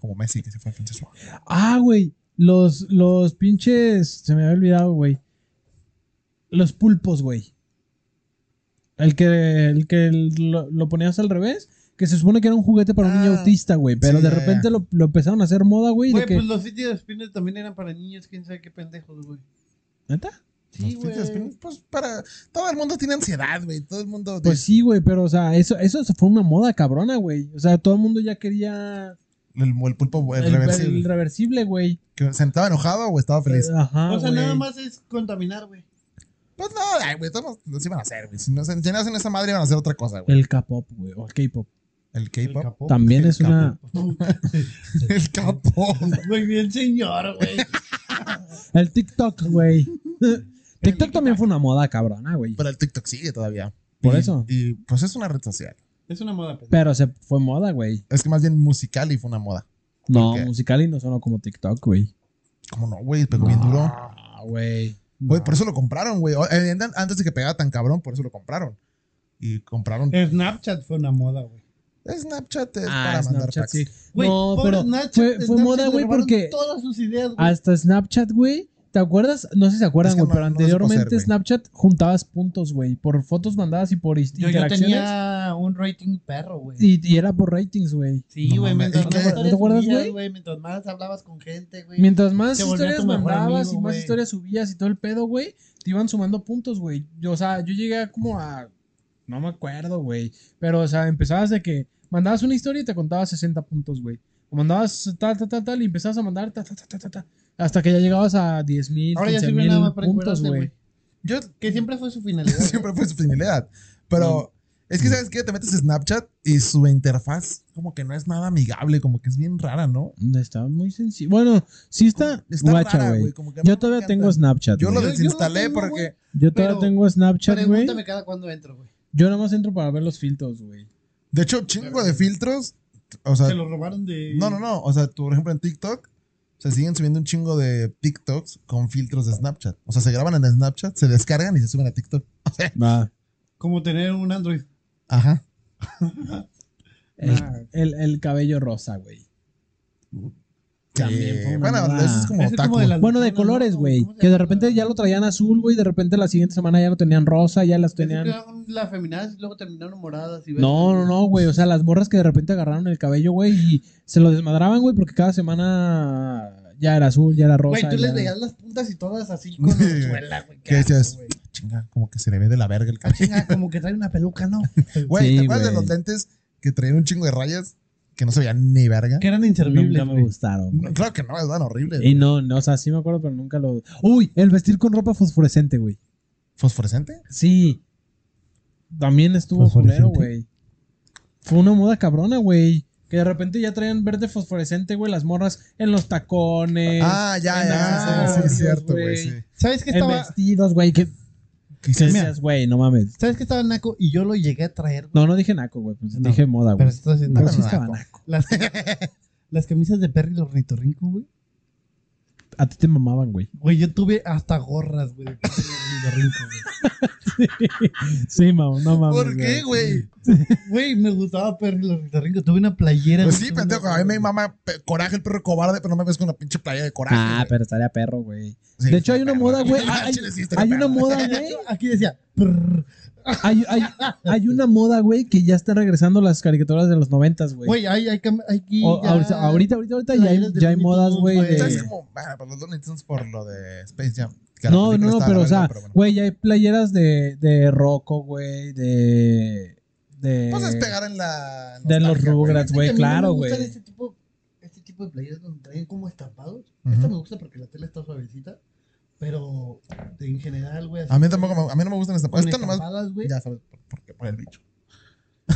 B: Como Messi, que se fue a francesois.
D: Ah, güey. Los, los pinches. Se me había olvidado, güey. Los pulpos, güey. El que, el que lo, lo ponías al revés. Que se supone que era un juguete para un niño
B: Ah,
D: autista, güey. Pero
B: sí,
D: de
B: ya, ya.
D: repente Lo, lo empezaron a hacer moda, güey.
C: Güey,
D: De que,
C: pues los sitios de spinner también eran para niños, quién sabe qué pendejos, güey.
D: ¿Neta?
C: Sí,
B: Los pinches
C: güey.
B: espinos, Pues para. Todo el mundo tiene ansiedad, güey. Todo el mundo.
D: Pues sí, güey. Pero, o sea, eso, eso fue una moda cabrona, güey. O sea, todo el mundo ya quería.
B: El, el pulpo, el,
D: el-
B: reversible.
D: el reversible, güey.
B: que ¿Sentaba enojado o estaba feliz?
D: Ajá.
C: o sea,
D: güey.
C: nada más es contaminar, güey.
B: Pues no, ay, güey, todos los iban a hacer, güey. Si no, hacen- si no hacen esa madre, iban a hacer otra cosa, güey.
D: El K-pop, güey. O el K-pop.
B: El
C: El
B: K-pop.
C: capó.
D: También
B: el
D: es una.
B: El K-pop.
C: Muy bien, señor, güey.
D: El TikTok, güey. TikTok también fue una moda cabrona, güey.
B: Pero el TikTok sigue todavía.
D: Por
B: Y-
D: eso.
B: Y pues es una red social.
C: Es una moda, pendejo.
D: Pero se fue moda, güey.
B: Es que más bien musical y fue una moda.
D: No,
B: qué?
D: musical y no sonó como TikTok, güey.
B: Como no, güey, pegó bien duro.
D: Ah, güey.
B: Güey, por eso lo compraron, güey. O- eh, an- Antes de que pegara tan cabrón, por eso lo compraron. Y compraron.
C: Snapchat fue una moda, güey.
B: Snapchat es
D: Eh. Ah,
B: para mandar
D: Snapchat,
B: packs.
D: sí.
C: Güey,
D: no,
C: pobre
D: pero
C: Snapchat,
D: fue, fue
C: Snapchat
D: moda,
C: le
D: güey,
C: robaron
D: porque
C: Todas sus ideas, güey.
D: hasta Snapchat, güey. ¿Te acuerdas? No sé si se acuerdan,
B: Es que
D: güey,
B: no-
D: pero
B: no supo
D: anteriormente
B: hacer, güey.
D: Snapchat juntabas puntos, güey, por fotos mandadas y por ist-
C: Yo, yo
D: interacciones.
C: tenía un rating perro, güey.
D: Y, y era por ratings, güey.
C: Sí,
B: No
C: güey,
B: mames.
C: mientras
B: ¿Y qué?
C: más
D: ¿No te
C: historias
D: acuerdas,
C: subías,
D: güey?
C: güey, mientras más hablabas con gente, güey.
D: Mientras más
C: Te volvía
D: historias
C: tu mejor
D: mandabas
C: amigo,
D: y más
C: güey.
D: historias subías y todo el pedo, güey, te iban sumando puntos, güey. Yo, o sea, yo llegué a como a No me acuerdo, güey. Pero, o sea, empezabas de que mandabas una historia y te contabas 60 puntos, güey. O mandabas tal, tal, tal, tal, y empezabas a mandar tal, tal, tal, tal, tal, hasta que ya llegabas a 10 mil,
C: Ahora ya sirve nada más para
D: puntos,
C: encuerarte,
D: güey.
B: Yo
C: Que siempre fue su finalidad. güey.
B: siempre fue su finalidad. Pero es que, ¿sabes qué? Te metes a Snapchat y su interfaz como que no es nada amigable, como que es bien rara, ¿no?
D: Está muy sencillo. Bueno, sí está,
B: Está rara,
D: guacha,
B: güey.
D: güey.
B: como que no
D: Yo
B: me
D: todavía
B: encanta.
D: tengo Snapchat,
B: Yo lo
D: güey.
C: de-
B: desinstalé
C: yo lo tengo,
B: porque
D: Yo todavía
C: pero-
D: tengo Snapchat, güey.
C: Pregúntame cada cuándo entro, güey.
D: Yo nada más entro para ver los filtros, güey.
B: De hecho, chingo de filtros. O sea,
E: Se lo robaron de.
B: no, no, no. O sea, tú, por ejemplo, en TikTok se siguen subiendo un chingo de TikToks con filtros de Snapchat. O sea, se graban en Snapchat, se descargan y se suben a TikTok.
D: Va.
E: Como tener un Android.
B: Ajá.
D: El,
E: Nah.
D: Ah, el- el cabello rosa, güey. También
B: Eh,
D: fue una
B: bueno,
D: mamada.
B: eso es como
E: Ese es como
B: otaku.
E: de las-
D: Bueno, de
E: ¿no?
D: colores,
E: ¿Cómo
D: güey.
E: se
D: Que de
E: llama?
D: repente ya lo traían azul, güey. De repente la siguiente semana ya lo tenían rosa, ya las
E: Tenían...
D: tenían.
E: Crearon las feminadas y luego terminaron moradas. Y
D: No, no, no, güey. O sea, las morras que de repente agarraron el cabello, güey, y se lo desmadraban, güey, porque cada semana ya era azul, ya era rosa.
C: Güey, tú
D: ya
C: les
D: era-
C: veías las puntas y todas así con suela, güey.
B: ¿Qué
C: asco,
B: decías?
C: güey.
B: Chinga, como que se le ve de la verga el
C: Ah,
B: cabello.
C: chinga, como que trae una peluca, ¿no?
B: Güey,
D: Sí,
B: ¿te acuerdas de los
D: güey.
B: lentes que traían un chingo de rayas que no se veían ni verga?
E: Que eran inservibles.
D: Nunca me
E: güey.
D: gustaron, güey.
B: No, claro que no, es tan horrible.
D: Y no, no, o sea, sí me acuerdo, pero nunca lo. Uy, el vestir con ropa fosforescente, güey.
B: ¿Fosforescente?
D: Sí. También estuvo
E: Fosforescente.
D: culero, güey. Fue una moda cabrona, güey. Que de repente ya traían verde fosforescente, güey, las morras en los tacones.
B: ah, ya,
D: en
B: ya. sí,
D: accesorios,
B: sí, es cierto, güey.
D: güey.
B: sí.
C: ¿Sabes qué
D: en
C: estaba?
D: vestidos, güey. Que,
B: ¿Qué
D: que
B: hiciste?
D: decías, güey, no mames.
C: ¿Sabes qué estaba Naco? Y yo lo llegué a traer, güey.
D: No, no dije naco, güey. pues
C: No,
D: dije moda, güey.
C: Pero esto es
D: Pero
B: no,
D: sí
B: no,
D: estaba
B: naco.
D: naco.
C: Las, las camisas de Perry los Ritorrinco, güey.
D: A ti te mamaban, güey.
C: Güey, yo tuve hasta gorras, güey, de Perry Ornitorrinco, güey.
D: Sí, mamón, no mames.
B: ¿Por qué, güey?
C: Güey, me gustaba Perry los Ritorrinco. Tuve una playera.
B: Pues
C: güey,
B: sí,
C: tuve
B: pendejo.
C: una-
B: A mí me mama pe- coraje el perro cobarde, pero no me ves con una pinche playa de coraje.
D: Ah,
B: güey.
D: pero estaría perro, güey.
B: Sí,
D: de hecho, hay
B: está
D: una
B: perro.
D: moda, güey.
B: Ah,
D: Hay,
B: chile, sí, está
D: hay
B: perro.
D: una moda, güey.
C: Aquí decía, "Prrr".
D: Hay, hay, hay una moda, güey, que ya está regresando las caricaturas de los noventas, güey.
C: güey, hay, hay, cam- hay aquí
D: O-
C: ya-
D: ahorita, ahorita, ahorita, ahorita ya hay,
C: playeras de
D: ya hay
C: Looney
D: modas,
C: Tunes,
D: güey.
C: güey.
D: de-
B: ¿Sabes cómo? Bueno, pero los Looney Tunes por lo de Space Jam. que la
D: No,
B: película
D: no, no,
B: está
D: pero
B: de
D: o
B: la
D: sea,
B: verga, pero bueno.
D: güey, ya hay playeras de, de Rocco, güey, de. de
B: Pues es pegar en la.
D: de los
B: nostalgia, güey.
D: Rugrats,
C: Fíjate
D: güey,
C: que a mí no me
D: claro,
C: gustan
D: güey.
C: Este tipo, este tipo de playeras donde traen como estampados.
B: Ujú.
C: Esta me gusta porque la tela está suavecita. Pero en general, güey. así
B: A mí
C: que-
B: tampoco, me- a mí no me gustan estas.
C: Con
B: Esta nomás.
C: estampadas, güey.
B: Ya sabes, por, por, qué, por el bicho.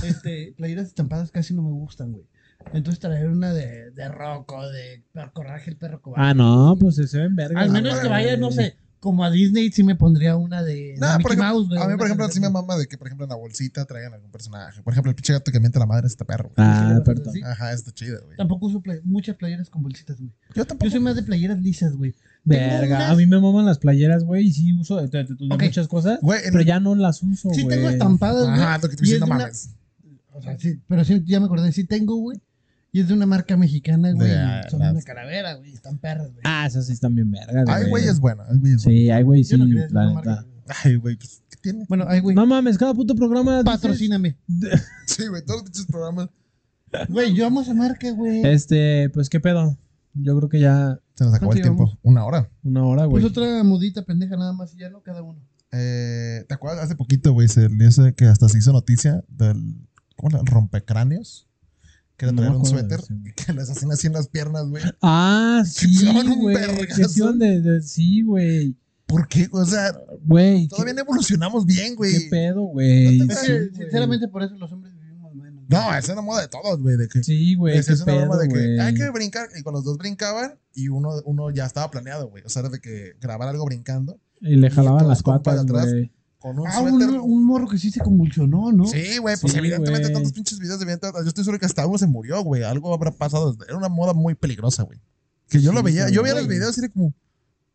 C: Este, playeras estampadas casi no me gustan, güey. Entonces traer una de, de Rocco, de Coraje el Perro Cobarde.
D: Ah, no, pues se ven verga.
C: Al menos que vaya, no sé, como a Disney sí me pondría una de, de
B: Nah, por
C: Mickey
B: ejemplo,
C: Mouse, güey.
B: a mí,
C: una
B: por ejemplo,
C: cosa
B: sí me
C: así.
B: mama de que, por ejemplo, en la bolsita traigan algún personaje. Por ejemplo, el pinche gato que miente a la madre este perro. güey.
D: Ah,
C: Sí,
D: perdón.
C: sí.
B: Ajá, está chido, güey.
C: Tampoco uso play- muchas playeras con bolsitas, güey.
B: Yo tampoco.
C: Yo soy más de playeras lisas, güey.
D: Verga, a mí me maman las playeras, güey, y sí uso eh, de, de- de- de
C: Ok.
D: muchas cosas,
B: Güey, en
D: pero ya no las uso, güey.
C: Sí tengo estampadas, güey.
B: Oh, Ajá, lo que te
C: Y es
B: diciendo,
C: de una-
B: mames.
C: O sea, sí, pero sí, ya me acordé, sí tengo, güey. Y es de una marca mexicana, güey.
B: De-
C: y son
B: las-
C: una calavera, güey. Están perras, güey.
D: Ah, esas sí están bien vergas,
B: Ay, güey, es bueno. Ay, güey, es bueno.
D: Sí, ay, güey, sí,
C: Yo no quería decir
D: la
C: una
D: neta.
C: marca. güey.
B: Ay, güey, pues, ¿qué tiene?
C: Bueno, ay, güey.
D: No mames, cada puto programa. dices-
C: patrocíname.
B: Sí, güey, todos los pinches programas
C: Güey, yo amo esa marca, güey.
D: Este, pues qué pedo. Yo creo que ya
B: se nos acabó el
C: ¿Cuánto
B: tiempo. Una hora.
D: una hora,
C: Pues
D: güey.
C: otra modita pendeja nada más y ya no cada uno.
B: Eh, ¿Te acuerdas? Hace poquito, güey, se le hizo que hasta se hizo noticia del. ¿Cómo era? ¿El rompecráneos? Que era
D: No me
B: traer un
D: acuerdo de
B: suéter
D: ese, güey.
B: que les hacían así en las piernas, güey.
D: Ah, sí,
B: Son un
D: güey.
B: vergazo.
D: Cuestión de, de- sí, güey.
B: ¿Por qué? O sea,
D: Güey, Ah, qué,
B: todavía no evolucionamos bien,
D: qué
B: güey.
D: pedo, güey.
B: No te-
D: Sí,
C: Sí,
D: güey.
C: Sinceramente, por eso los hombres vivimos menos. güey.
B: No, esa es la moda de todos, güey. De que
D: Sí, güey,
B: Esa
D: qué
B: es una
D: pedo,
B: broma de que "Ah,
D: güey.
B: hay que brincar. Y con los dos brincaban y uno, uno ya estaba planeado, güey. O sea, era de que grabar algo brincando
D: Y le jalaban
B: todos
D: las
B: compas
D: patas,
B: atrás.
D: güey.
B: con un
C: Ah, un,
B: suéter.
C: un morro que sí se convulsionó, ¿no?
B: Sí, güey, pues
D: Sí,
B: evidentemente
D: güey.
B: tantos pinches videos de evidentemente, Yo estoy seguro que hasta uno se murió, güey. Algo habrá pasado. Era una moda muy peligrosa, güey. Que yo lo
D: Sí,
B: veía, yo veía los
D: güey.
B: videos y era como,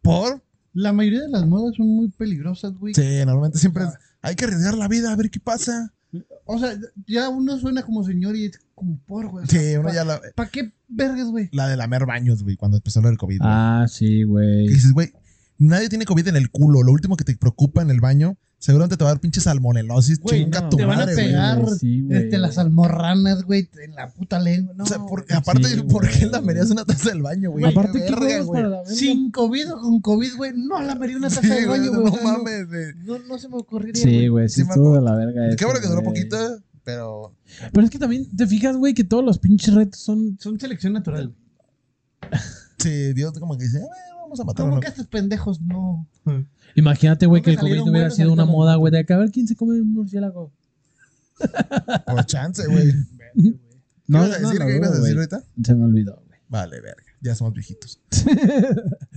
B: ¿por?
C: La mayoría de las modas son muy peligrosas, güey.
B: Sí, normalmente siempre es, hay que arriesgar la vida a ver qué pasa.
C: O sea, ya uno suena como señor y es como por, güey.
B: Sí, uno ya la,
C: ¿Para qué vergas, güey?
B: la de lamer baños, güey, cuando empezó lo del COVID. güey.
D: Ah, sí,
B: Que
D: güey.
B: dices, güey, nadie tiene COVID en el culo. Lo último que te preocupa en el baño Seguramente te va a dar pinche salmonelosis.
C: Güey,
B: Chinga
C: no,
B: tu
C: te van a
B: madre, güey.
C: pegar.
H: Sí, güey.
C: Este, las almorranas, güey, en la puta lengua. No,
B: O sea, por- aparte,
H: Sí,
B: ¿por qué
H: güey.
B: la merías una taza del baño, güey?
D: Aparte,
B: Qué
D: ¿qué
B: verga,
D: huevos
B: güey.
D: para la verga?
C: sin COVID o con COVID, güey, no la mería una taza
B: Sí,
C: de
B: güey,
C: baño, güey.
B: no
C: o sea,
B: mames. güey.
C: No, no se me ocurriría.
H: Sí, güey,
B: Sí
H: sí,
B: me
H: estuvo de
B: acuerdo.
H: la verga.
B: Qué
H: eso,
B: bueno que duró
D: Este,
H: güey.
B: poquito, eh. pero.
D: Pero es que también te fijas, güey, que todos los pinches retos son.
C: Son selección natural.
B: Sí, Dios como que dice, "A ver, vamos a matar a
C: ¿Cómo
B: uno".
C: que estos pendejos no?
D: Imagínate, güey,
C: No
D: que
C: me
D: el COVID
C: salieron
D: hubiera
C: buenos,
D: sido
C: ahorita
D: una
C: no.
D: moda, güey, de acá a ver quién se come un murciélago.
B: Por chance, güey. ¿Qué
H: No,
B: ibas a
H: no,
B: decir?
H: no,
B: ¿Qué
H: no,
B: ibas a decir
H: güey.
B: ahorita?
H: Se me olvidó, güey.
B: Vale, verga. Ya somos viejitos.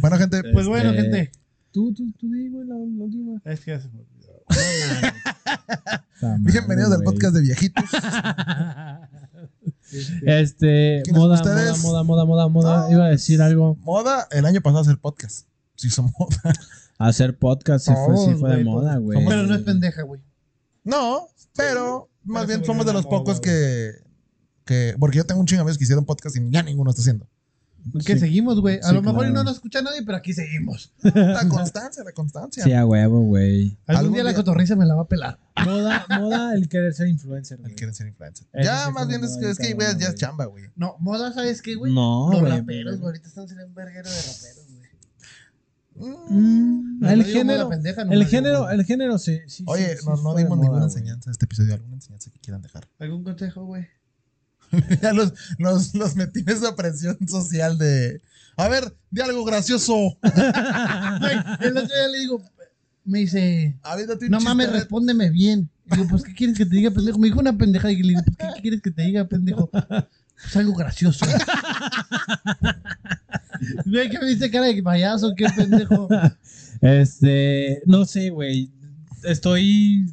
B: bueno, gente,
E: Pues bueno,
H: Este-
E: gente.
D: Tú, tú, tú, di, güey, la, la última.
E: Es que ya se me olvidó.
D: Este,
H: Puta madre,
B: bienvenidos al
H: güey.
B: podcast de viejitos.
H: Este,
B: ¿Quiénes
H: moda, moda,
B: ustedes?
H: moda, moda, moda, moda.
B: No,
H: Iba a decir algo.
B: Moda, el año pasado hacer podcast. Sí, somos moda.
H: Hacer podcast sí fue, sí
E: Todos,
H: fue de
E: güey,
H: moda, güey.
C: Pero no es pendeja, güey.
B: No, pero más
E: Pero
B: bien
E: se
B: somos
E: volvió una
B: de los
E: moda,
B: pocos
E: güey.
B: que, que. Porque yo tengo un chingo de amigos que hicieron podcast y ya ninguno está haciendo.
C: Que
H: Sí.
C: seguimos, güey. A
H: Sí,
C: lo mejor y
H: claro.
C: no nos escucha nadie, pero aquí seguimos.
B: La constancia, la constancia.
H: Sí, a huevo, güey.
C: Algún,
B: Algún
C: día,
B: día.
C: la cotorriza me la va a pelar.
D: Moda, moda, el querer ser influencer, güey.
B: Él quiere ser influencer.
D: Eso
B: ya,
D: sí
B: más
D: fue
B: bien
D: una
B: es que,
D: moda
B: es que
D: cabrona,
B: güey, ya es
D: güey.
B: chamba, güey.
C: No, moda, ¿sabes qué, güey?
H: No,
C: Los
H: güey.
C: raperos, güey. Ahorita están siendo un verguero de raperos, güey.
D: Mm,
C: No,
D: el
C: no digo
D: género.
C: moda pendeja, nomás
D: El
C: digo
D: género,
C: moda.
D: el género, sí. sí
B: Oye,
D: sí, sí
B: no, no
D: fue de
B: dimos
D: moda,
B: ninguna
D: güey.
B: enseñanza en este episodio, alguna enseñanza que quieran dejar.
C: ¿Algún consejo, güey?
B: ya los, los, los metí en esa presión social de. A ver, di algo gracioso.
D: Ah.
C: Güey, el otro día le digo, me dice,
B: Aviéntate un
C: no
B: chiste,
C: mames,
B: a ver.
C: respóndeme bien. Y digo, pues, ¿qué quieres que te diga, pendejo? Me dijo una pendeja y le digo, pues, ¿qué, qué quieres que te diga, pendejo? Pues algo gracioso. Güey, que me dice cara de payaso, qué pendejo.
D: Este, no sé, güey. Estoy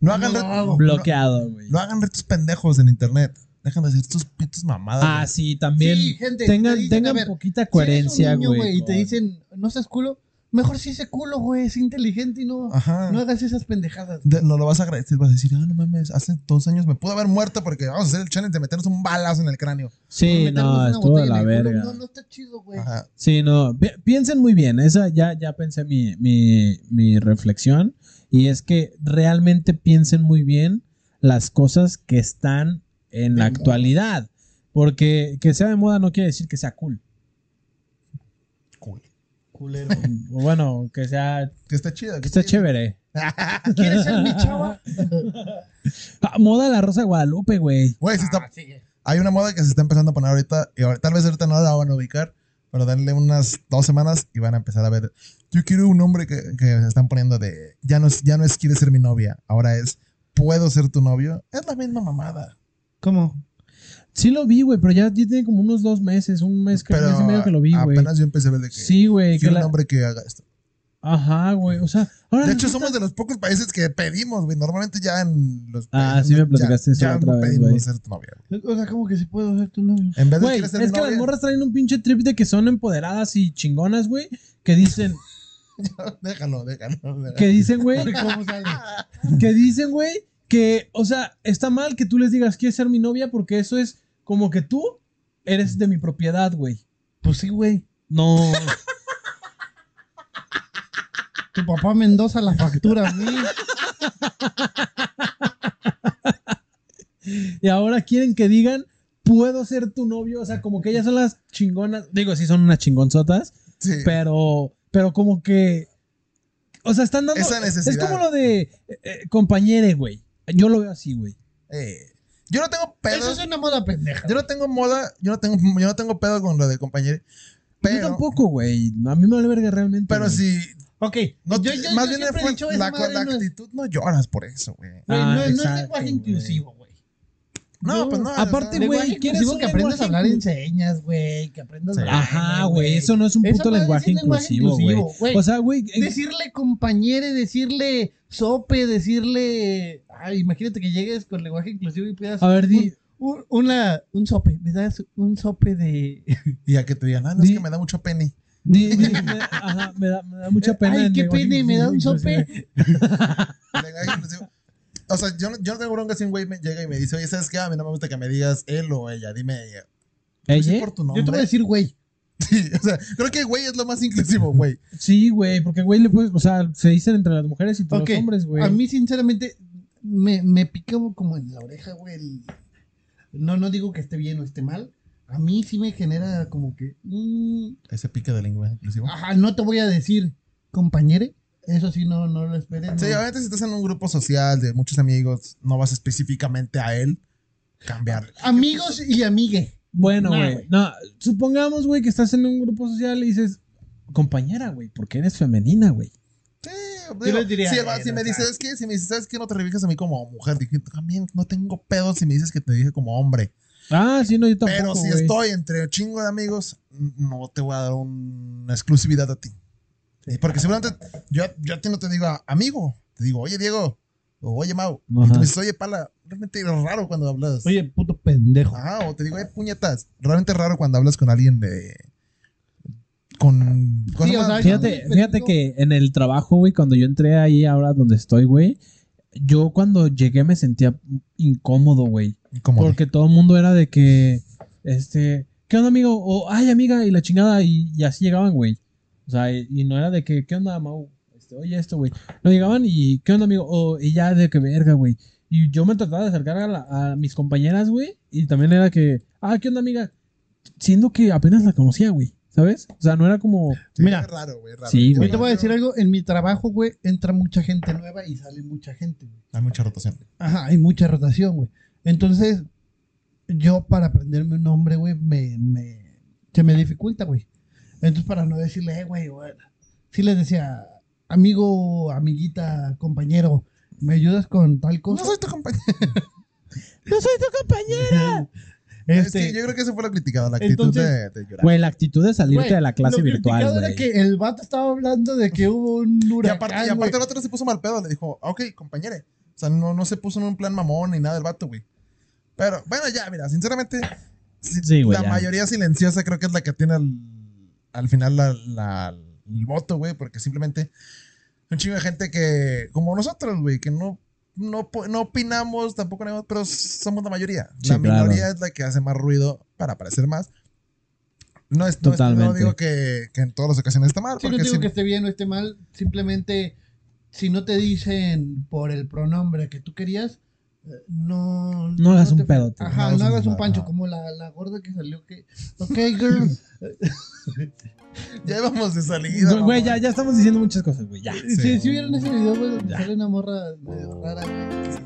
B: No hagan,
C: No,
B: re-
C: hago.
B: no-
D: bloqueado, güey.
B: no hagan retos pendejos en internet. Dejan de hacer tus pitos mamadas.
D: Ah,
B: güey.
D: sí, también.
C: Sí, gente,
D: tengan
C: te dicen,
D: tengan
C: a ver,
D: poquita coherencia,
C: Si eres un niño,
D: güey.
C: Y te
D: con-
C: dicen, no seas culo, mejor sí ese culo, güey, es inteligente y no,
D: Ah.
B: Ajá.
C: no hagas esas pendejadas.
B: De- no lo vas a agradecer, vas a decir, ah, no mames, hace dos años me pudo haber muerto porque vamos a hacer el challenge de meternos un balazo en el cráneo.
D: Sí,
C: Meternos
D: no,
C: una
D: estuvo de
C: botella
D: la
C: en el culo,
D: verga.
C: No, no está chido, güey.
B: Ajá.
D: Sí, no, pi- piensen muy bien, esa ya, ya pensé mi, mi, mi reflexión y es que realmente piensen muy bien las cosas que están en la actualidad, porque que sea de moda no quiere decir que sea cool,
C: Culero.
D: o bueno, que sea,
B: Que está chido.
D: que esté chévere.
C: ¿Quieres ser mi chava?
D: Ah, moda de la Rosa de Guadalupe, güey.
B: Güey, sí está-
C: Ah, sigue.
B: hay una moda que se está empezando a poner ahorita y ahora- tal vez ahorita no la van a ubicar, pero denle unas dos semanas y van a empezar a ver. Yo quiero un nombre que, que se están poniendo de, ya no, es, ya no es quiere ser mi novia, ahora es puedo ser tu novio. Es la misma mamada.
E: ¿Cómo?
D: Sí lo vi, güey, pero ya ya tiene como unos dos meses, un mes, creo,
B: Pero
D: mes y medio que lo vi, güey.
B: apenas yo empecé a ver de que
D: Sí, güey, que
B: quiero
D: la-
B: un hombre que haga esto.
D: Ajá, güey, o sea, ahora
B: De hecho,
D: resulta-
B: somos de los pocos países que pedimos, güey. Normalmente ya en los
D: Ah,
B: países
D: sí me
B: ya-
D: platicaste eso
B: ya
D: la otra
B: no
D: vez,
B: pedimos
D: güey.
B: ser tu novia. güey.
E: O sea, como que si puedo ser tu novio.
B: En vez de
D: Güey,
B: quieres
D: es
B: ser
D: que
B: mi novia,
D: las morras traen un pinche trip de que son empoderadas y chingonas, güey. Que dicen,
B: déjalo, déjalo. déjalo.
D: que dicen, güey,
E: ¿Cómo sale?
C: Ah.
D: que dicen, güey, que, o sea, está mal que tú les digas, quieres ser mi novia, porque eso es como que tú eres de mi propiedad, güey.
E: Pues sí, güey.
D: No,
E: Tu papá Mendoza la factura a mí.
D: y ahora quieren que digan, puedo ser tu novio, o sea, como que ellas son las chingonas, digo, sí son unas chingonzotas,
B: Sí.
D: pero, pero como que, o sea, están dando,
B: Esa necesidad.
D: es como lo de eh, eh, compañere, güey. Yo lo veo así, güey.
B: Eh, yo no tengo pedos.
C: Eso es una moda pendeja.
B: Yo no tengo moda, yo no tengo, yo no tengo pedo con lo de compañero. Pero,
D: yo tampoco, güey. A mí me vale verga realmente.
B: pero
D: güey.
B: si.
C: Ok,
B: No,
C: yo,
B: te-
C: yo-
B: más
C: yo
B: bien
C: siempre he
B: fue-
C: dicho,
B: la,
C: esa madre
B: la
C: no es-
B: actitud no lloras por eso, güey.
C: güey, no-
D: Ah,
C: no es
D: exacto,
C: lenguaje
D: güey.
C: inclusivo, güey.
B: No,
D: No,
B: pues no.
D: aparte,
B: o sea,
D: güey,
C: Lenguaje
D: ¿quieres
C: inclusivo
D: un
C: que aprendas
D: lenguaje
C: a hablar en
D: inclu-
C: señas, güey, que aprendas a
D: Ajá, güey. Eso no es un
C: Esa
D: puto
C: madre
D: lenguaje
C: es lenguaje
D: inclusivo, güey.
C: inclusivo, güey. Pues,
D: O sea, güey. eh,
C: Decirle compañere, decirle sope, decirle... Ay, imagínate que llegues con lenguaje inclusivo y puedas...
D: A ver, di.
C: Un, una, un sope, me das un sope de...
B: Y a que te digan, ah, no,
D: Di-
B: es que me da mucho pene.
D: di- di- me, ajá, me da, me da mucha pena.
C: Ay,
D: el
C: qué
D: lenguaje
C: pene, me da un
D: inclusivo,
C: sope.
D: inclusive.
B: Legal, inclusive. O sea, yo, no- yo no tengo bronca si un güey me llega y me dice, oye, ¿sabes qué? A mí no me gusta que me digas él o ella. Dime, ella.
D: ¿Ella?
B: Pues por tu
C: Yo te voy a
B: nombre.
C: decir, güey.
B: Sí, o sea, creo que güey es lo más inclusivo, güey.
D: Sí, güey, porque güey le puedes, o sea, se dicen entre las mujeres y entre
C: Ok,
D: los hombres, güey.
C: A mí, sinceramente, me, me pica como en la oreja, güey. el- No, no digo que esté bien o esté mal. A mí sí me genera como que. mm,
B: Ese pique de lengua inclusivo.
C: ajá, no te voy a decir, compañere. Eso sí, no, no lo esperes.
B: Sí,
C: no.
B: obviamente si estás en un grupo social de muchos amigos, no vas específicamente a él cambiar.
C: Amigos y amigue.
D: Bueno,
C: Nah,
D: güey.
C: güey.
D: No, supongamos, güey, que estás en un grupo social y dices, compañera, güey, porque eres femenina, güey.
B: Sí,
C: Yo
B: digo,
C: les diría,
B: si, el va-
C: "Ay,
B: si
C: no
B: me
C: sabes".
B: dices, ¿sabes qué? Si me dices, ¿sabes qué? No te refieres a mí como mujer. Dije, también no tengo pedo si me dices que te dije como hombre.
D: Ah, sí, no, yo tampoco.
B: Pero si
D: güey.
B: estoy entre un chingo de amigos, n- no te voy a dar una exclusividad a ti. Eh, Porque seguramente yo, yo a ti no te digo "Ah, amigo, te digo, oye Diego, o oye Mau, y tú
D: Ajá.
B: me dices, oye Pala, realmente es raro cuando hablas.
C: Oye, pues, puto pendejo.
B: Ah, o te digo, eh, puñetas. Realmente es raro cuando hablas con alguien de. Con. con
C: Sí, o sea,
B: una-
D: Fíjate, fíjate que en el trabajo, güey, cuando yo entré ahí ahora donde estoy, güey, yo cuando llegué me sentía incómodo, güey.
B: como
D: Porque todo el mundo era de que, este, ¿qué onda, amigo? O, ay, amiga, y la chingada, y, y así llegaban, güey. O sea, y, y no era de que, ¿qué onda, Mau? Este, Oye, esto, güey. No llegaban y, ¿qué onda, amigo? O, y ya de que verga, güey. Y yo me trataba de acercar a, la- a mis compañeras, güey. Y también era que, ah, ¿qué onda, amiga? Siendo que apenas la conocía, güey. ¿Sabes? O sea, no era como.
B: Sí,
C: mira.
B: es raro, güey, es raro.
D: Sí,
B: Yo
C: Yo
D: güey.
C: te voy a
B: creo-
C: decir algo. En mi trabajo, güey, entra mucha gente nueva y sale mucha gente, güey.
B: Hay mucha rotación.
C: Ajá, hay mucha rotación, güey. Entonces, yo para aprenderme un nombre, güey, me, me- se me dificulta, güey. Entonces, para no decirle, eh, güey, güey, sí les decía, amigo, amiguita, compañero, ¿me ayudas con tal cosa?
B: No soy tu compañero.
D: ¡No soy tu compañero!
C: este,
B: Sí, yo creo que eso fue lo criticado, la actitud
C: Entonces-
B: de, de llorar.
D: Güey, la actitud de salirte
C: güey,
D: de la clase
C: lo
D: virtual,
C: criticado
D: güey.
C: era que el vato estaba hablando de que hubo un
B: y
C: huracán,
B: aparte, y
C: güey.
B: aparte el otro se puso mal pedo, le dijo, "Ah, ok, compañere. O sea, no, no se puso en un plan mamón ni nada el vato, güey. Pero, bueno, ya, mira, sinceramente, si-
D: Sí, güey,
B: la
D: ya.
B: mayoría silenciosa creo que es la que tiene al, al final la, la- el voto, güey, porque simplemente un chingo de gente que, como nosotros, güey, que no, no, po- no opinamos, tampoco negamos, pero somos la mayoría.
D: Sí,
B: la
D: claro.
B: minoría es la que hace más ruido para parecer más. No, es, no, es- no
D: Totalmente.
B: digo que, que en todas las ocasiones está mal,
C: Sí, no
B: porque
C: digo
B: si-
C: que esté bien o esté mal, simplemente si no te dicen por el pronombre que tú querías, eh, no...
D: No hagas
C: te-
D: un pedote,
C: Ajá,
B: no
C: no,
B: hagas
C: hagas
B: un-
C: un pancho,
B: ajá.
C: como la, la gorda que salió que... Ok, girl.
B: ya íbamos de salida.
D: Güey, Güey,
B: mamón.
D: ya, ya estamos diciendo muchas cosas, güey. Ya.
C: Si
B: Sí.
C: vieron ese video, güey, donde sale una morra medio rara, güey.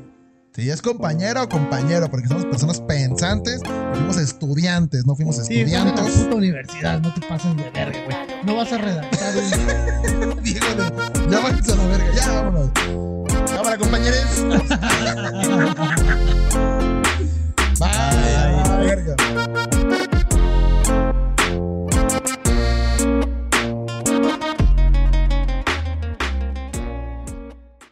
B: Sí, es compañero o compañero, porque somos personas pensantes, fuimos estudiantes, no fuimos
C: Sí, estás en la
B: estudiantes.
C: puta universidad, no te pases de verga, güey. No vas a redactar un-
B: Diego, ya váyanse a la verga, ya vámonos. Cámara, compañeros.